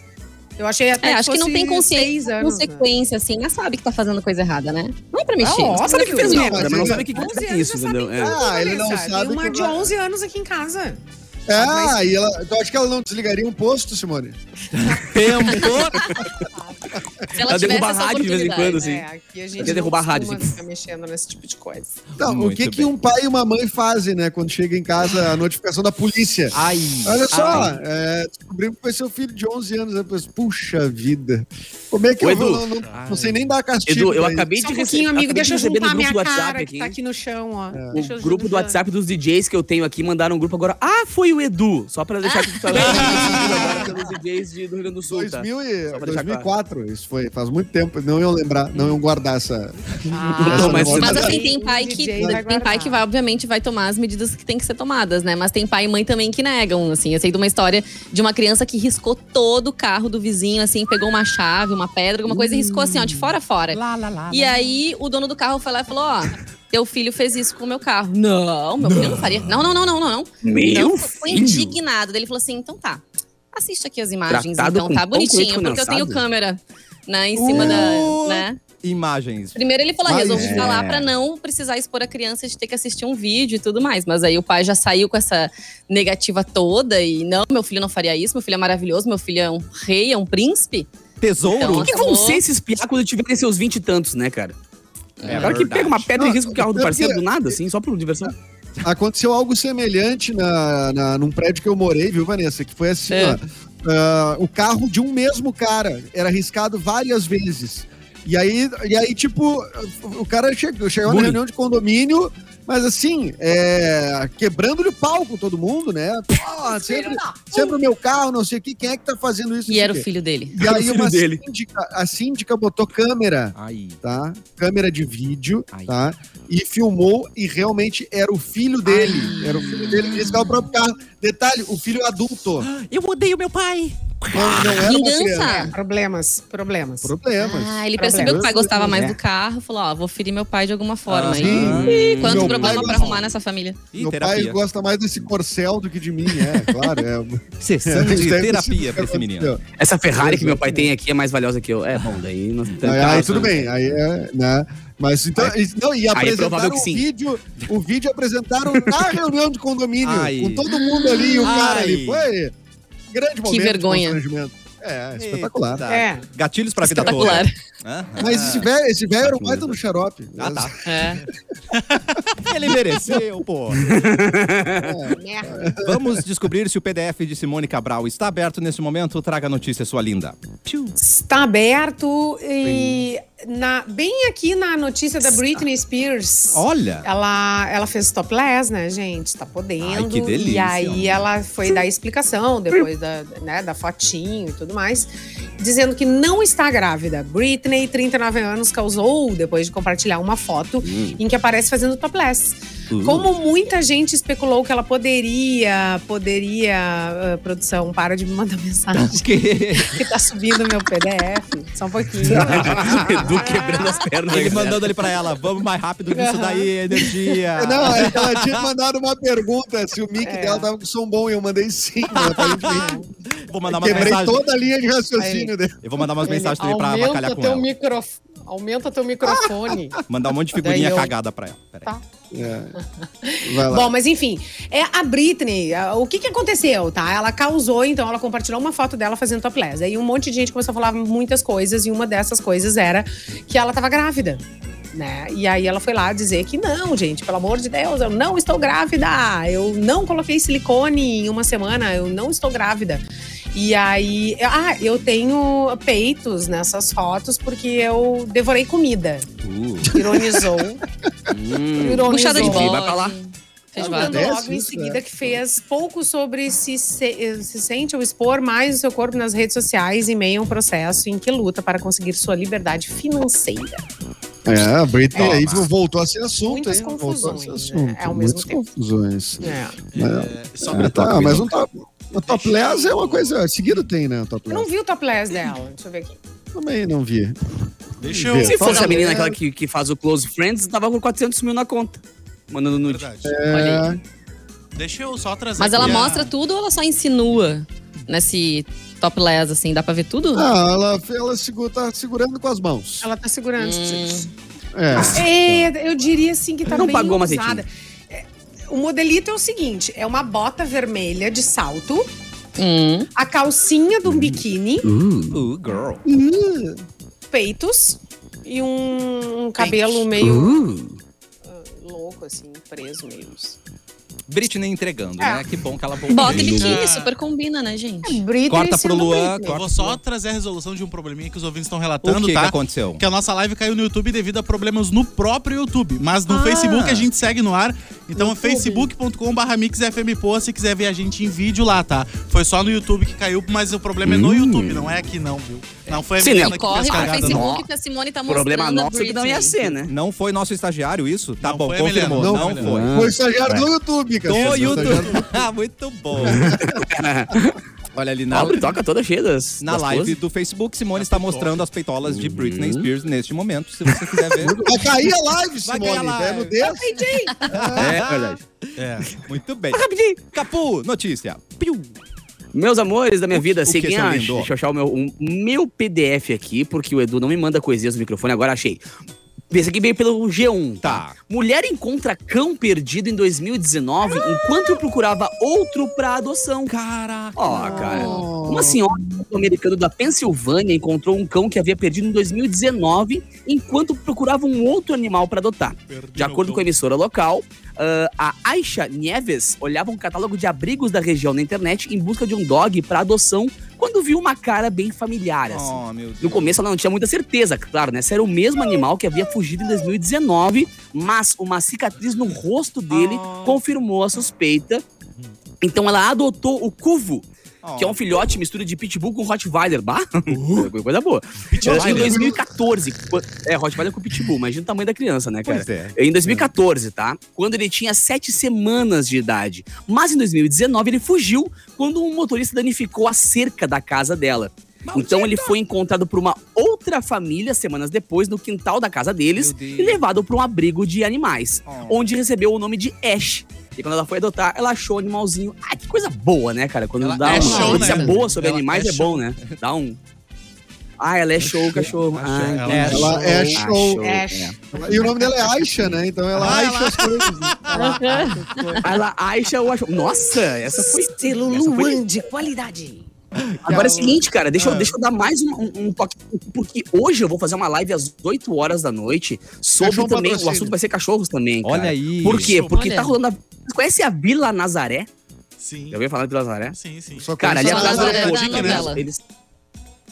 E: Eu achei até
D: É, acho que não
E: fosse
D: tem
E: tipo seis
D: consciência,
E: anos, né?
D: consequência, assim, mas sabe que tá fazendo coisa errada, né? Não é pra mexer.
E: Ah,
D: Não
E: óbvio
D: sabe
E: que
D: que fez
E: não,
D: merda.
C: mas não
F: mas
C: sabe o que que
E: 11
C: faz
E: anos
C: isso,
E: já
C: entendeu?
E: sabem
C: É.
E: tudo,
F: Ah, ele não
E: Vanessa.
F: sabe
E: Tem é uma
F: que
E: de
F: vai-
E: 11 anos aqui em casa.
F: Ah, e ela... eu acho que ela não desligaria um posto, Simone.
A: Tempo!
D: Se ela
C: Ela
D: tivesse
C: derruba
D: essa
C: a rádio de vez em
D: oportunidade.
C: quando, assim.
E: É, aqui a gente
C: Quer derrubar a
E: não
C: rádio,
E: costuma
C: assim.
E: ficar mexendo nesse tipo de coisa.
F: Então, o
A: Muito
F: que, que
A: bem.
F: um pai e uma mãe fazem, né? Quando chega em casa, a notificação da polícia.
A: Ai!
C: Ah,
F: Olha só,
A: ai.
F: é, descobrimos que foi seu filho de 11 anos. Eu pensei, Puxa vida. Como é que
C: Ô,
F: eu vou-
C: Edu.
F: não, não, não sei nem dar castigo.
C: Edu, eu
F: pra isso.
C: acabei
E: Só
C: de
E: um
C: receber,
E: pouquinho, amigo.
C: acabei de
E: Deixa eu
C: receber no
E: juntar
C: grupo
E: minha
C: do WhatsApp
E: cara que
C: aqui.
E: tá aqui no chão, ó. Deixa
C: O
E: eu
C: grupo do
E: juntar.
C: WhatsApp dos DJs que eu tenho aqui mandaram um grupo agora. Ah, foi o Edu! Só pra
E: Ah,
C: deixar tudo claro. agora tá pelos DJs de- do Rio Grande do Sul. Tá?
F: 2000 e-
C: Só pra deixar
F: 2004, isso foi faz muito tempo, não iam lembrar, não iam guardar essa.
E: Ah,
C: Não, mas-
D: Mas assim,
E: Sim,
D: tem pai
E: o
D: que,
E: DJ vai
D: tem pai
E: guardar.
D: que vai, obviamente, vai tomar as medidas que tem que ser tomadas, né? Mas tem pai e mãe também que negam, assim. Eu sei de uma história de uma criança que riscou todo o carro do vizinho, assim, pegou uma chave, uma pedra, alguma coisa e riscou assim, ó, de fora a
E: é
D: fora.
B: Lá, lá,
E: Ah,
B: lá.
D: E aí, o dono do carro foi lá e falou, ó… Teu filho fez isso com o meu carro. Não, meu filho não faria. Não, não, não, não, não, não.
C: Meu
D: não, ficou
C: filho.
D: indignado. Daí Ele falou assim: então tá. Assiste aqui as imagens,
C: Tratado
D: então,
C: com
D: tá
C: pão com leite
D: bonitinho, porque eu tenho
C: condensado.
D: câmera né, em cima da.
A: Uh!
D: Né?
A: Imagens.
D: Primeiro ele falou, ah,
F: Mas-
D: resolvi
F: É.
D: falar pra não precisar expor a criança de ter que assistir um vídeo e tudo mais. Mas aí o pai já saiu com essa negativa toda e não, meu filho não faria isso, meu filho é maravilhoso, meu filho é um rei, é um príncipe.
A: Tesouro?
D: Então,
C: O que vão ser esses piá quando tiverem seus vinte e tantos, né, cara?
A: É
C: o cara que
A: verdade.
C: pega uma pedra
F: Não,
C: e risca o carro do
F: eu-
C: parceiro do nada, assim, só por diversão.
F: Aconteceu algo semelhante na, na- num prédio que eu morei, viu, Vanessa? Que foi assim,
D: É.
F: ó. ah, o carro de um mesmo cara era arriscado várias vezes. E aí, e aí tipo, o cara chegou, chegou na
C: Bullying.
F: reunião de condomínio, mas assim, é, quebrando-lhe o pau com todo mundo, né? Pô, sempre, sempre o meu carro, não sei o que, quem é que tá fazendo isso?
D: E era o
F: Não sei
D: filho dele.
F: o quê. E
C: Era o
F: aí
C: filho
F: uma
C: dele.
F: síndica- a síndica botou câmera
A: Ai.
F: tá? Câmera de vídeo,
D: É
A: Ai.
F: tá? E filmou e realmente era o filho dele.
D: Ah.
F: Era o filho dele que riscava o próprio carro. Detalhe, o filho é adulto.
A: Eu odeio meu pai!
F: Não, não era uma criança.
D: Ah, Vingança.
E: Problemas, problemas.
F: Problemas.
D: Ah, ele
E: Problemas.
D: percebeu que o pai gostava mais
C: É.
D: do carro, falou, ó, vou ferir meu pai de alguma forma.
A: Ah,
D: E
F: né? Sim.
D: quanto
F: Meu
D: problema
F: pai
D: pra
F: gosta.
D: arrumar nessa família.
A: E
F: Meu pai
A: terapia.
F: gosta mais desse corcel do que de mim, é, claro. É,
A: Sessão de
F: Deve ser
A: terapia
F: isso
A: pra
F: que
A: esse menino.
F: aconteceu.
C: Essa Ferrari que meu pai tem aqui é mais valiosa que eu. É, bom, daí nós
F: Aí,
C: tentamos,
F: aí tudo
C: né?
F: bem, aí é, né? Mas então, e- não, e apresentaram
C: provável que
F: o
C: sim.
F: vídeo, o vídeo apresentaram na reunião de condomínio,
A: Ai.
F: com todo mundo ali, e o cara
A: Ai.
F: ali. Foi grande momento. de
D: vergonha.
F: constrangimento. É, espetacular.
A: Eita.
E: É.
A: Gatilhos pra vida toda.
D: Espetacular.
A: Aham.
F: Mas esse velho, esse velho era o baita do xarope.
A: Ah, tá.
D: É.
A: Ele mereceu, pô.
E: Merda. É.
A: Vamos descobrir se o PDF de Simone Cabral está aberto nesse momento. Traga a notícia, sua linda.
C: Tchu.
E: Está aberto e na, bem aqui na notícia da Britney Spears.
A: Olha!
E: Ela, ela fez topless, né, gente? Tá podendo.
A: Ai, que delícia,
E: E aí
A: mano.
E: ela foi dar explicação depois da, né, da fotinho e tudo mais, dizendo que não está grávida. Britney, 39 anos, causou depois de compartilhar uma foto
C: Hum,
E: em que aparece fazendo topless.
A: Uhum.
E: Como muita gente especulou que ela poderia, poderia, ah, produção, para de me mandar mensagem
A: Que...
E: que tá subindo meu PDF. Só um pouquinho.
C: Edu quebrando as pernas.
A: Ele
C: Ele
A: mandando ali pra ela, vamos mais rápido que isso daí, energia.
F: Não, é que ela tinha mandado uma pergunta se o mic
E: É.
F: dela tava com som bom e eu mandei sim. né? Aparentemente,
A: Vou mandar umas
F: Quebrei
A: mensagens.
F: toda a linha de raciocínio dela.
A: Eu vou mandar umas mensagens também pra
H: aumenta
A: avacalhar com
H: teu
A: ela.
H: micro- Aumenta teu microfone.
A: Mandar um monte de figurinha
H: Daí eu-
A: cagada pra ela. Pera aí.
H: Tá.
F: É. Vai lá.
E: Bom, mas enfim, é a Britney, a- o que que aconteceu, tá? Ela causou, então, ela compartilhou uma foto dela fazendo topless. Aí um monte de gente começou a falar muitas coisas, e uma dessas coisas era que ela tava grávida. Né? E aí ela foi lá dizer que não, gente, pelo amor de Deus, eu não estou grávida. Eu não coloquei silicone em uma semana, eu não estou grávida. E aí, ah, eu tenho peitos nessas fotos porque eu devorei comida. Ironizou.
C: Hum.
E: ironizou.
D: Puxada de
C: Vai
D: bola. assim,
C: pra lá.
D: Fez
F: Tá
D: barulho.
F: bem.
E: Logo
F: Acontece
E: em
F: isso,
E: seguida
F: é.
E: que fez pouco sobre se, eh, se, se sente ou expor mais o seu corpo nas redes sociais em meio a um processo em que luta para conseguir sua liberdade financeira.
F: É, a Britney
E: Toma.
F: aí voltou a ser assunto,
E: Muitas
F: hein? Voltou a ser
E: confusões,
F: assunto.
E: né? É, ao
F: Muitas
E: mesmo tempo.
F: confusões.
E: É.
B: É, só pra
F: É, tá, mas um top, um topless é uma coisa. Seguido tem, né? o
E: Eu
F: Topless.
E: não vi o topless dela. Deixa eu ver aqui.
F: Também não vi.
B: Deixa eu.
C: Se fosse
F: Fala,
C: a menina aquela
F: galera.
C: que, que faz o Close Friends, tava com 400 mil na conta. Mandando nude.
B: Verdade.
D: Olha
F: É,
B: Deixa eu só trazer.
D: Mas ela
B: aqui a-
D: mostra tudo ou ela só insinua nesse topless, assim? Dá pra ver tudo?
F: ah, ela, ela segura, tá segurando com as mãos.
E: Ela tá segurando. os títulos.
F: É.
E: É, eu diria assim que tá
C: Não
E: bem
C: pagou uma
E: usada. É, O modelito é o seguinte: é uma bota vermelha de salto,
D: Hum.
E: a calcinha de um biquíni,
A: Ooh, girl.
E: peitos e um, um cabelo meio
A: hum.
C: Uh,
E: louco, assim, preso meio.
A: Britney entregando,
E: É.
A: né? Que bom que ela voltou.
D: Bota e
A: Bem.
D: biquíni,
B: Ah.
D: super combina, né, gente?
E: Britney
A: Corta pro Luan,
B: Eu
A: corta.
B: vou só trazer a resolução de um probleminha que os ouvintes estão relatando,
A: O que,
B: tá?
A: que aconteceu?
B: que a nossa live caiu no YouTube devido a problemas no próprio YouTube. Mas no
A: Ah.
B: Facebook a gente segue no ar. Então é facebook.com.br mixfmpoa se quiser ver a gente em vídeo lá, tá? Foi só no YouTube que caiu, mas o problema é no YouTube, não é aqui não, viu? Não foi a
C: Sim,
B: menina
C: né?
B: que
D: Corre
B: fez
D: pro
B: cagada, não.
D: Facebook que a Simone tá mostrando
C: problema
D: a
C: nosso é que não ia
D: Britney.
C: ser, né?
A: Não foi nosso estagiário isso? Tá
B: Não
A: bom,
B: foi,
A: confirmou.
B: Emiliano,
A: Não,
B: não foi,
A: foi.
E: Ah.
C: Emiliano.
F: Foi
E: É.
F: estagiário do YouTube, cara.
A: Do
F: Foi estagiário
A: YouTube. Ah, Muito bom. Olha ali na,
C: Abre toca toda cheia das.
A: na
C: das
A: live
C: poses.
A: do Facebook, Simone está mostrando as peitolas de Britney Spears neste momento. Se você quiser ver.
F: do- Vai cair a live,
A: Vai cair a
F: Simone.
A: live.
F: É no dedo.
C: É verdade.
B: É.
A: Muito bem.
C: Rapidinho.
A: Capu, notícia. Piu.
C: Meus amores da minha vida,
A: o que,
C: seguem
A: seu
C: a.
A: lindo?
C: Deixa eu achar o meu, um- meu PDF aqui, porque o Edu não me manda coisinhas no microfone, agora achei. Esse aqui veio pelo G1.
A: Tá.
C: Mulher encontra cão perdido em 2019 enquanto procurava outro pra adoção.
A: Caraca.
C: Ó, cara. Uma senhora americana da Pensilvânia encontrou um cão que havia perdido em 2019 enquanto procurava um outro animal para adotar.
B: Perdi
C: De acordo
B: meu
C: com a emissora local, ah, a Aisha Nieves olhava um catálogo de abrigos da região na internet em busca de um dog para adoção quando viu uma cara bem familiar. Assim.
A: Oh, meu Deus.
C: No começo ela não tinha muita certeza, claro, né? Se era o mesmo animal que havia fugido em 2019, mas uma cicatriz no rosto dele confirmou a suspeita. Então ela adotou o Cuvo,
A: Oh.
B: Ah.
C: que é um filhote mistura de pitbull com Rottweiler. Bah, coisa boa.
B: Pitbull.
C: Em 2014, quando- é, Rottweiler com pitbull, imagina o tamanho da criança, né, cara?
A: Pois é.
C: Em 2014, tá? Quando ele tinha sete semanas de idade. Mas em 2019 ele fugiu quando um motorista danificou a cerca da casa dela. Então ele foi encontrado por uma outra família semanas depois no quintal da casa deles
A: Meu Deus.
C: e levado para um abrigo de animais,
A: Oh.
C: onde recebeu o nome de Ash. E quando ela foi adotar, ela achou o animalzinho. Ah, que coisa boa, né, cara? Quando
B: Ela
C: dá
B: é
C: uma
B: show,
C: notícia
B: né?
C: boa sobre
B: Ela
C: animais
B: é
C: é, bom, né? Dá um. Ah, ela é show, cachorro. Ah,
B: Ela
C: entendi.
B: é show.
F: Ela é
C: Ah,
F: show.
E: É.
F: E o nome dela é Aisha, né? Então ela
B: Ah,
F: Aisha as coisas. né?
C: Ela acha o acho. Nossa, essa foi.
E: Selo
C: essa foi-
E: Luan de qualidade.
C: Agora é o seguinte, cara, deixa, eu- deixa eu dar mais um, um- um toque. Porque hoje eu vou fazer uma live às 8 horas da noite sobre
F: Fechou o
C: também. O
F: patrocínio.
C: assunto vai ser cachorros também. cara.
A: Olha aí.
C: Por quê?
B: Isso,
C: Porque
D: olha.
C: tá rolando. A... Você conhece a Vila Nazaré?
B: Sim.
C: Já ouviu falar da Vila Nazaré?
B: Sim, sim.
F: Só
C: Cara, ali
F: conheço
D: Vila
C: atrás
F: ela.
D: Nazaré.
C: da
D: da novela.
C: Eles...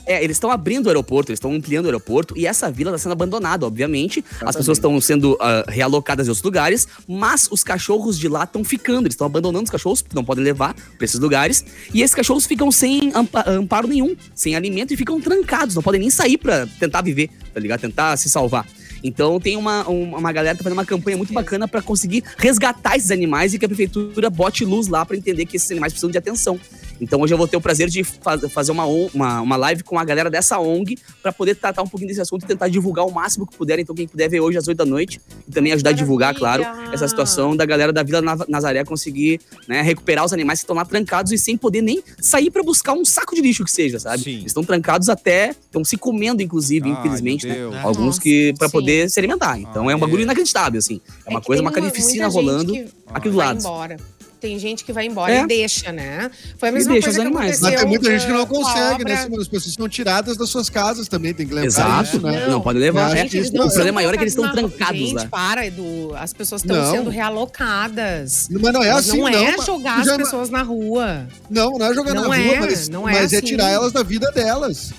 C: É, eles estão abrindo o aeroporto, eles estão ampliando o aeroporto e essa vila está sendo abandonada, obviamente. As pessoas estão sendo ah, realocadas em outros lugares, mas os cachorros de lá estão ficando. Eles estão abandonando os cachorros, porque não podem levar para esses lugares. E esses cachorros ficam sem ampa- amparo nenhum, sem alimento e ficam trancados. Não podem nem sair para tentar viver, tá ligado? Tentar se salvar. Então tem uma, um- uma galera que tá fazendo uma campanha muito bacana para conseguir resgatar esses animais e que a prefeitura bote luz lá para entender que esses animais precisam de atenção. Então hoje eu vou ter o prazer de fa- fazer uma, on- uma, uma live com a galera dessa ONG para poder tratar um pouquinho desse assunto e tentar divulgar o máximo que puder. Então quem puder ver hoje às 8 da noite e também ajudar a divulgar, claro,
E: Maravilha!
C: essa situação da galera da Vila Nav- Nazaré conseguir né, recuperar os animais que estão lá trancados e sem poder nem sair para buscar um saco de lixo que seja, sabe?
A: Sim.
C: Eles estão trancados até, estão se comendo inclusive,
A: Ai,
C: infelizmente, né?
A: meu
E: Ah,
A: Deus.
C: alguns
D: Nossa,
C: que para
D: sim.
C: poder se alimentar. Então é um bagulho
A: é.
C: inacreditável assim. É uma
E: que
C: coisa,
E: tem um
C: uma carnificina
E: muita gente
C: rolando
E: que
C: aqui do
E: vai
C: lado.
E: embora. Tem gente que vai embora
C: É.
E: e deixa, né? Foi a
C: E
E: mesma
C: deixa os
E: coisa que
C: animais.
E: aconteceu.
F: Mas tem muita gente que não
E: com a
F: consegue,
E: obra.
F: né? Simone? As pessoas são tiradas das suas casas também, tem que lembrar
C: Exato,
F: isso, né?
C: Não, pode levar.
F: Gente,
C: É,
F: eles
C: o
F: não-
C: problema maior é que eles estão
E: Não,
C: trancados
E: gente,
C: lá.
E: para, Edu. As pessoas estão
F: Não.
E: sendo realocadas.
F: Mas não é
E: Mas
F: assim,
E: não
F: não.
E: é
F: mas-
E: jogar as
F: já-
E: pessoas na rua.
F: Não, não é jogar
E: Não
F: na
E: é,
F: rua, mas,
E: não é
F: mas é
E: assim.
F: tirar elas da vida delas.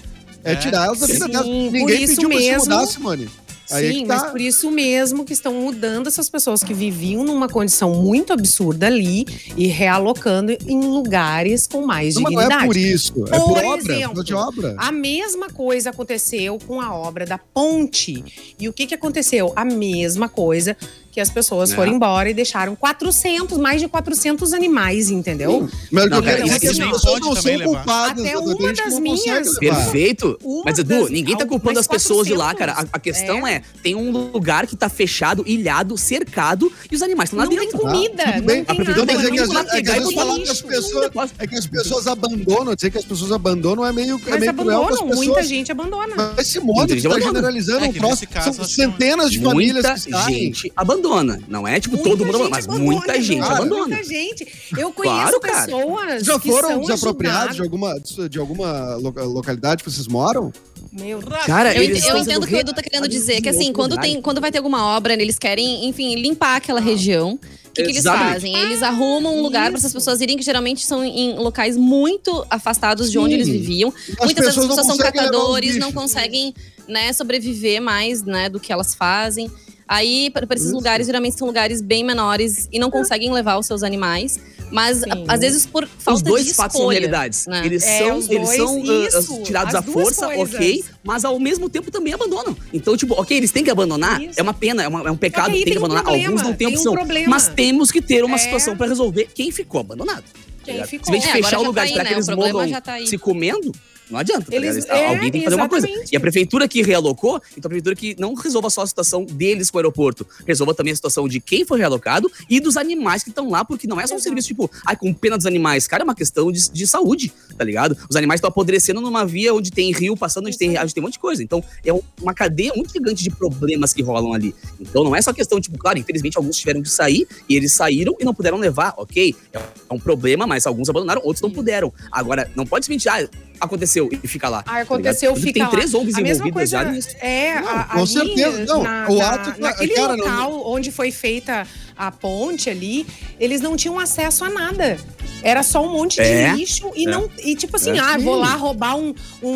F: É,
B: É.
F: tirar elas da vida
E: Sim,
F: delas.
E: por
F: Ninguém
E: isso
F: pediu pra se
E: mesmo-
F: mudar, Simone. Aí é
E: Sim,
F: que tá.
E: mas por isso mesmo que estão mudando essas pessoas que viviam numa condição muito absurda ali e realocando em lugares com mais
F: Não, mas não
E: dignidade.
F: é por isso. É
E: Por
F: por, obra.
E: exemplo. Ah,
F: Por de obra.
E: A mesma coisa aconteceu com a obra da ponte. E o que, que aconteceu? A mesma coisa que as pessoas
C: É.
E: foram embora e deixaram 400, mais de 400 animais, entendeu?
F: Mas o que
C: Não,
F: eu quero
C: cara,
F: dizer é que as
E: isso não
F: pessoas
B: pode
F: não
B: também
F: são
B: levar.
F: culpadas.
E: Até
F: né?
E: uma
F: A gente
E: das
F: não
E: minhas.
F: consegue levar.
C: Perfeito.
E: Uma
C: Mas, Edu,
E: das-
C: ninguém tá
E: al-
C: culpando
E: mas
C: as pessoas de lá,
E: 400,
C: cara. A, a questão é. tem um lugar que tá fechado, ilhado, cercado, e os animais estão lá
E: Não tem
C: dentro. Ah,
E: comida,
F: tudo
E: não
F: bem.
E: tem
C: A prefeitura
E: nada.
C: tem
F: Mas é que
C: que
F: às
C: ir lá
F: vezes- é que
C: pegar
F: às
C: e
F: vezes
C: botar
F: falar
C: no
F: que as
C: lixo.
F: pessoas- É que as pessoas abandonam, dizer que as pessoas abandonam é meio, é
E: Mas
F: meio cruel com as
E: abandonam,
F: pessoas.
E: muita gente abandona.
F: Mas Simone,
C: Muita
F: tu
C: gente
F: tá
C: abandona.
F: generalizando
B: É
F: um
B: que
F: troço.
B: nesse caso,
F: São
B: acho que não é.
F: centenas de famílias
C: Muita
F: que saem.
C: gente abandona. Não é tipo todo
E: Muita
C: mundo abandona, mas
E: gente abandona,
C: muita gente
E: cara.
C: abandona.
E: Muita gente. Eu
C: Claro,
E: conheço
C: cara.
E: pessoas
F: Já
E: que
F: foram
E: são
F: desapropriados de
E: ajudadas-
F: alguma, de alguma loca- localidade que vocês moram?
E: Meu Deus.
C: Cara,
D: Eu,
C: eles
D: ent- eu
C: estão
D: entendo
C: sendo
D: o que o Edu tá querendo
C: reados
D: dizer, que
C: em
D: assim,
C: outro
D: quando,
C: lugar.
D: tem, quando vai ter alguma obra, né, eles querem, enfim, limpar aquela região. O que, que eles
C: Ah. Exatamente. Ah,
D: fazem? Eles arrumam um lugar para essas
E: Isso.
D: pessoas irem, que geralmente são em locais muito afastados de onde
F: Sim.
D: eles viviam.
F: As
D: Muitas dessas
F: pessoas não
D: pessoas são
F: conseguem levar um os
D: catadores, não
F: bichos.
D: conseguem né, sobreviver mais né, do que elas fazem. Aí, para esses
F: Isso.
D: lugares, geralmente são lugares bem menores e não conseguem levar os seus animais. Mas,
E: Sim.
D: a- às vezes, por falta
C: os dois
D: de
C: fatos são
D: escolha.
C: realidades.
D: né?
C: Eles
E: É,
C: são,
E: os
C: eles
E: dois,
C: são ah,
E: isso,
C: ah, tirados
E: as
C: à
E: duas
C: força,
E: coisas.
C: ok, mas ao mesmo tempo também abandonam. Então, tipo, ok, eles têm que abandonar,
E: Isso.
C: é uma pena, é, uma- é um pecado,
E: aí
C: tem,
E: tem
C: que
E: um
C: abandonar.
E: problema,
C: Alguns não têm
E: tem um
C: opção.
E: problema.
C: mas temos que ter uma
E: É.
C: situação pra resolver quem ficou abandonado.
E: Quem
C: ligado?
E: ficou.
C: Se a gente
D: É, agora
C: fechar o
D: já
C: lugar
D: tá
C: e
D: aí,
C: esperar
D: né?
C: que eles
D: O problema
C: morram
D: já tá aí.
C: se comendo, não adianta. tá
E: Eles-
C: ligado? Eles-
E: é,
C: alguém tem que fazer uma coisa.
E: exatamente.
C: E a prefeitura que realocou, então a prefeitura que não resolva só a situação deles com o aeroporto, resolva também a situação de quem foi realocado e dos animais que estão lá, porque não é só um serviço tipo, ai, com pena dos animais. Cara, é uma questão de, de saúde, tá ligado? Os animais estão apodrecendo numa via onde tem rio passando, onde tem, onde tem um monte de coisa. Então é uma cadeia muito gigante de problemas que rolam ali. Então não é só questão, tipo, claro, infelizmente alguns tiveram que sair e eles saíram e não puderam levar, ok? É um problema, mas alguns abandonaram, outros não puderam. Agora, não pode simplesmente, ah, aconteceu e fica lá.
E: Ah, aconteceu,
C: Tá ligado?
E: fica
C: Tem
E: lá.
C: três ONGs
E: A mesma
C: envolvidas
E: coisa
C: já nisso.
E: é
F: Não,
E: a,
F: com
E: ali
F: certeza. Não,
E: na-
F: o
E: na-
F: ato-
E: naquele
F: cara, não-
E: local onde foi feita a ponte ali, eles não tinham acesso a nada. Era só um monte de
C: É.
E: lixo e
C: É.
E: não e tipo assim,
C: É.
E: ah, vou
C: Sim.
E: lá roubar um, um,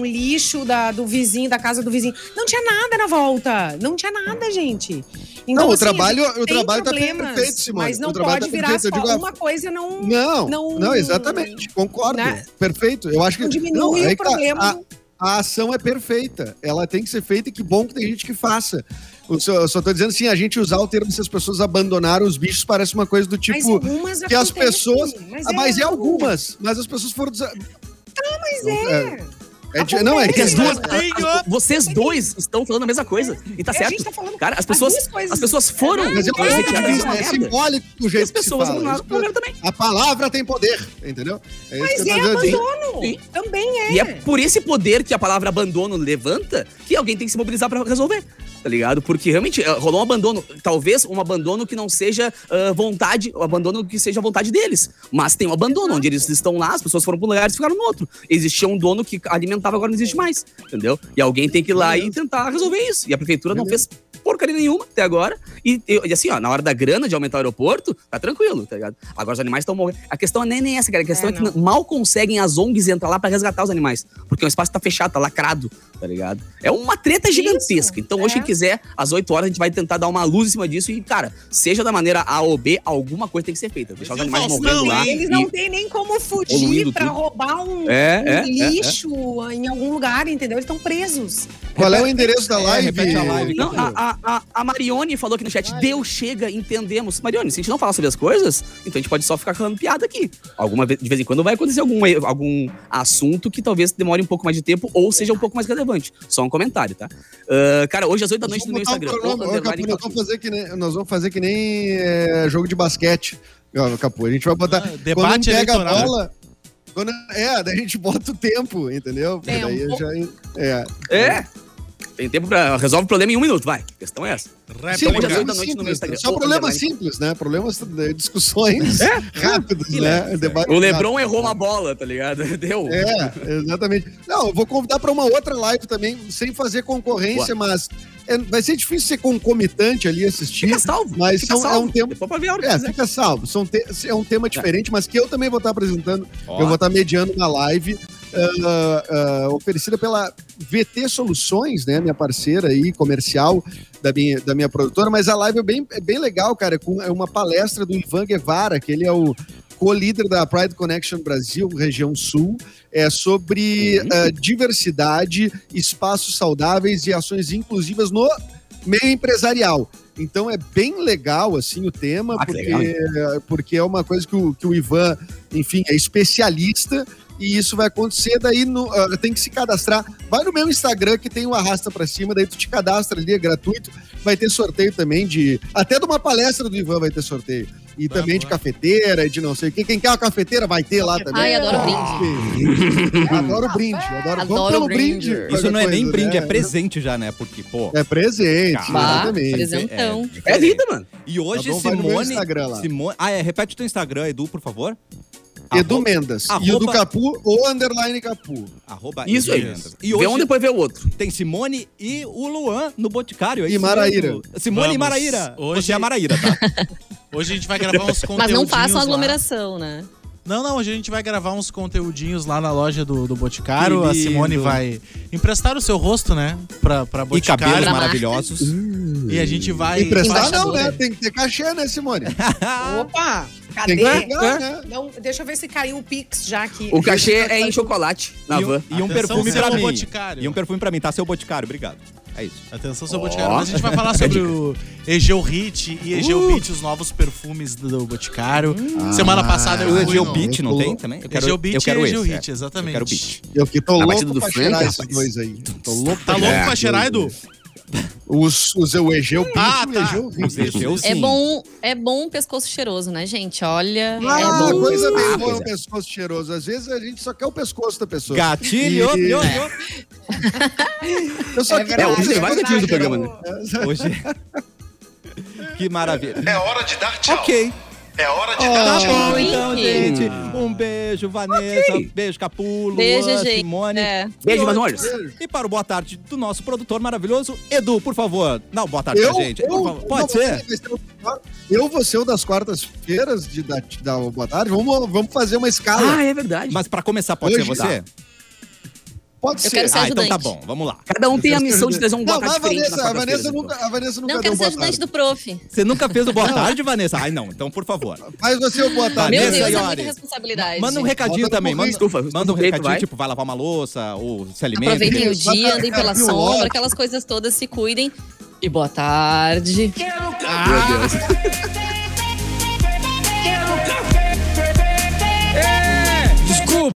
E: um lixo da, do vizinho, da casa do vizinho. Não tinha nada na volta, não tinha nada, gente. Então,
F: não, o
E: assim, a gente
F: trabalho, o
E: tem
F: trabalho tá
E: problemas,
F: perfeito, Simone.
E: Mas não
F: o trabalho
E: pode
F: tá
E: virar as
F: perfeito. Eu
E: costas.
F: digo, ah,
E: uma coisa não
F: Não,
E: não-
F: não, exatamente. Concordo.
E: né?
F: Perfeito. Eu acho que
E: Não diminui
F: aí
E: o
F: que tá.
E: problema
F: A- A, ação é perfeita. Ela tem que ser feita e que bom que tem gente que faça. Eu só, eu só tô dizendo assim, a gente usar o termo se as pessoas abandonaram os bichos parece uma coisa do
E: mas
F: tipo.
E: algumas
F: que as
E: acontecem,
F: pessoas-
E: Mas, um-
F: ah, mas é algumas, mas as pessoas foram. Desa... mas é. é de- não, é
C: É que as
F: que
C: duas.
B: Tenho-
C: as- vocês dois estão falando a mesma coisa. E tá
E: A gente
C: certo.
E: tá falando
C: Cara, as
E: as
C: pessoas.
E: duas coisas.
C: As pessoas foram.
F: Mas é um
C: foram
F: ponto de
C: retiradas,
F: vista,
E: né,
C: uma
F: é
C: merda.
F: simbólico do
C: E as
F: jeito que se
C: pessoas
F: fala.
C: abandonaram o programa também.
F: A palavra tem poder, entendeu? É isso
E: Mas
F: que
E: é
F: eu tô dizendo.
E: abandono.
C: Sim.
E: Também é.
C: E é por esse poder que a palavra abandono levanta que alguém tem que se mobilizar pra resolver, tá ligado? Porque realmente eh, rolou um abandono. Talvez um abandono que não seja ah, vontade, o abandono que seja vontade deles. Mas tem um abandono, onde eles estão lá, as pessoas foram pra um lugar e ficaram no outro. Existia um dono que alimentava, agora não existe mais, entendeu? E alguém tem que ir lá e tentar resolver isso. E a prefeitura não fez porcaria nenhuma até agora. E, e- e assim, ó, na hora da grana de aumentar o aeroporto, tá tranquilo, tá ligado? Agora os animais estão morrendo. A questão não é nem essa, cara. A questão é, que n- mal conseguem as ONGs entrar lá pra resgatar os animais. Porque o espaço tá fechado, tá lacrado, tá ligado? É uma treta gigantesca. então,
E: é.
C: hoje, quem quiser, às 8 horas, a gente vai tentar dar uma luz em cima disso. E, cara, seja da maneira A ou B, alguma coisa tem que ser feita. Deixar os
B: e o
C: animais
B: Faustão,
C: morrendo lá.
B: hein?
E: Eles
C: Ah, e-
E: é não têm nem como fugir
C: poluindo
E: pra
C: tudo.
E: roubar um, um
C: É, é, é,
E: lixo em algum lugar, entendeu? Eles estão presos.
F: Qual é o endereço da live?
A: repete a live.
C: Não, a, a- a, a Marione falou aqui no chat, Deus chega, entendemos. Marione, se a gente não falar sobre as coisas, então a gente pode só ficar falando piada aqui. Alguma vez, de vez em quando vai acontecer algum, e- algum assunto que talvez demore um pouco mais de tempo ou seja um pouco mais relevante. Só um comentário, tá? Ah, cara, hoje às 8 da noite no meu
F: Vamos botar um
C: Instagram.
F: cronômetro.
C: o
F: Ô, Capu,
C: underline
F: nós, vamos fazer que nem, nós vamos fazer que nem é, jogo de basquete, ó, Capu. A gente vai botar.
B: Ah,
F: quando um
B: debate
F: pega a
C: né?
B: eleitoral.
F: bola. Quando, é, daí a gente bota o tempo, entendeu? Porque
C: um
F: Daí eu já, é.
C: É! Tem tempo pra. Resolve o problema em um minuto, vai. A questão é essa.
B: Rap,
F: Sim,
C: hoje às
F: problemas
C: oito da noite no meu
F: simples,
C: Instagram.
F: Só
C: Ô,
F: problemas
C: underline.
F: simples, né? Problemas, eh, discussões rápidas, né? Debate
C: É? O Lebron errou uma bola, tá ligado? Deu.
F: É, exatamente. Não, eu vou convidar para uma outra live também, sem fazer concorrência, mas é, vai ser difícil ser concomitante ali assistir.
C: Fica salvo.
F: Mas
C: fica
F: são- é
C: salvo. Tá.
F: um tempo-
C: Depois pra ver a hora que
F: É,
C: quiser.
F: fica salvo. São te- É um tema diferente, mas que eu também vou estar apresentando. Eu vou estar mediando uma live ah, ah, oferecida pela VT Soluções, né? Minha parceira aí, comercial da minha, da minha produtora. Mas a live é bem, é bem legal, cara. com- É uma palestra do Ivan Guevara, que ele é o co-líder da Pride Connection Brasil, região sul, é sobre
C: Uhum.
F: ah, diversidade, espaços saudáveis e ações inclusivas no meio empresarial. Então é bem legal, assim, o tema,
C: Ah, que
F: porque,
C: legal,
F: porque é uma coisa que o, que o Ivan, enfim, é especialista e isso vai acontecer, daí no- ah, tem que se cadastrar. Vai no meu Instagram que tem o Arrasta Pra Cima, daí tu te cadastra ali, é gratuito. Vai ter sorteio também de... Até de uma palestra do Ivan vai ter sorteio. E
B: Vai,
F: também de
B: vai.
F: cafeteira, de não sei o quê. Quem quer uma cafeteira vai ter lá também.
D: Ai, adoro
F: brinde. Adoro brinde, adoro, vamos
D: Adoro
F: pelo brinde.
D: brinde.
F: qualquer
A: Isso não é nem
F: coisa,
A: brinde, é Ah,
F: né?
A: presente já, né? Porque, pô.
F: É
A: Bah,
F: presente,
D: Bah,
F: exatamente.
D: presentão.
C: É vida, mano.
A: E hoje,
F: Tá bom, vai no meu
A: Simone,
F: Instagram lá.
A: Simone. Ah, é. Repete o teu Instagram, Edu, por favor.
F: Edu
A: Arroba-
F: Mendas. E o do
A: arroba-
F: Capu, ou underline Capu.
A: Arroba
C: Isso
A: Edu
C: aí.
A: Mendes.
C: E
A: E hoje
C: Vê um, depois vê o outro.
A: tem Simone e o Luan no Boticário. é
F: E
A: isso
F: Maraíra.
A: mesmo? Simone e
B: Vamos.
A: Maraíra.
B: Hoje-
A: Você é a Maraíra, tá?
B: Hoje a gente vai gravar uns conteúdos.
D: Mas não façam aglomeração, né?
B: Não, não, hoje a gente vai gravar uns conteúdinhos lá na loja do, do Boticário.
A: Que
B: A Simone
A: lindo.
B: vai emprestar o seu rosto, né? Pra, pra
A: e cabelos
B: Boticário.
D: Pra marca.
A: maravilhosos.
B: E a gente vai. vai-
F: Emprestar não, né? Tem que ter cachê, né, Simone?
A: Ah,
C: Ah.
E: Opa! Cadê?
F: Tem que pagar, né?
E: Não, deixa eu ver se caiu o Pix já aqui.
C: O cachê é em chocolate na
A: e, um-
C: van.
A: e um
B: Atenção,
A: perfume
B: seu
A: pra mim.
B: Boticário.
A: E um perfume pra mim, tá? Seu Boticário, obrigado. É isso.
B: Atenção, seu
C: Ó.
B: Boticário. Mas a gente vai falar
A: É
B: sobre o Egeu Hit e Egeu
A: Uh!
B: Beat, os novos perfumes do, do Boticário. Semana passada eu
A: Ah, é o
B: fui.
A: Egeu
B: no-
A: Beat não
F: eu-
A: tem também? Eu
B: Egeu Beat
A: eu quero
B: e Egeu
A: esse,
B: Hit,
A: é.
B: exatamente.
A: Eu quero Beat.
F: Eu que tô
C: Na batida
F: louco
C: do
F: pra
C: Frank,
F: cheirar esses
C: rapaz.
F: dois aí. Tô louco
B: Tá
A: É.
B: louco pra cheirar, Edu?
F: Os, os eu Egeu Pinto
B: Ah,
F: e
B: tá.
F: Egeu Vinho.
A: Os Egeu, sim.
D: É bom, é bom um pescoço cheiroso, né, gente? Olha,
F: Ah,
D: é bom.
F: coisa bem
C: Ah,
F: boa é
C: pois
F: um
C: é.
F: pescoço cheiroso. Às vezes a gente só quer o pescoço da pessoa.
A: Gatilho,
F: E-
A: yo, yo.
F: Eu só quero
C: É, hoje tem
F: pescoço
C: vários gatilhos do
F: cheiroso.
C: programa, né?
A: Hoje. que maravilha.
I: É hora de dar tchau.
A: Ok.
I: É hora de
A: Tá
I: dar tchau.
A: bom, então,
D: Gente.
A: gente. Um beijo, Vanessa.
C: Ok.
A: Beijo, Capulo.
D: Beijo,
A: Luan,
D: gente.
A: Simone.
D: É.
C: Beijo, meus olhos.
A: E para o boa tarde do nosso produtor maravilhoso, Edu, por favor. Não, boa tarde
F: Eu,
A: pra gente.
F: eu,
A: por favor.
F: não,
A: Pode ser?
F: vai ser o- Eu vou ser o das quartas-feiras de da, da boa tarde. Vamos, vamos fazer uma escala.
C: Ah, é verdade.
A: Mas para começar, pode
F: Hoje
A: ser você?
F: Pode
D: eu
F: ser.
D: quero ser
A: Ah, então
D: é ajudante.
A: tá bom, vamos lá.
C: Cada um tem a missão de trazer um
F: Não,
C: boa
F: mas a
C: tarde diferente
F: Vanessa,
C: na
F: a Vanessa
C: quarta-feira. né?
F: nunca, a Vanessa nunca
D: então. Não
F: deu
D: quero ser
F: boa
D: ajudante
F: tarde.
D: do prof.
A: Você nunca fez o boa tarde, Vanessa? Ai, não, então por favor.
F: Faz você o boa tarde.
A: Vanessa
D: Meu Deus, é
A: Iori.
D: muita responsabilidade.
A: Manda um recadinho
F: Bota no
A: também. Manda,
F: currículo.
C: Estufa, estufa
A: manda um
C: o peito,
A: recadinho,
C: vai.
A: tipo, vai lavar uma louça ou se alimenta.
D: Aproveitem o
F: Exatamente.
D: dia, andem pela
F: Viu,
D: sombra,
F: ótimo.
D: aquelas coisas todas, se cuidem. E boa tarde.
F: Ah,
C: Meu Deus.
G: Desculpa.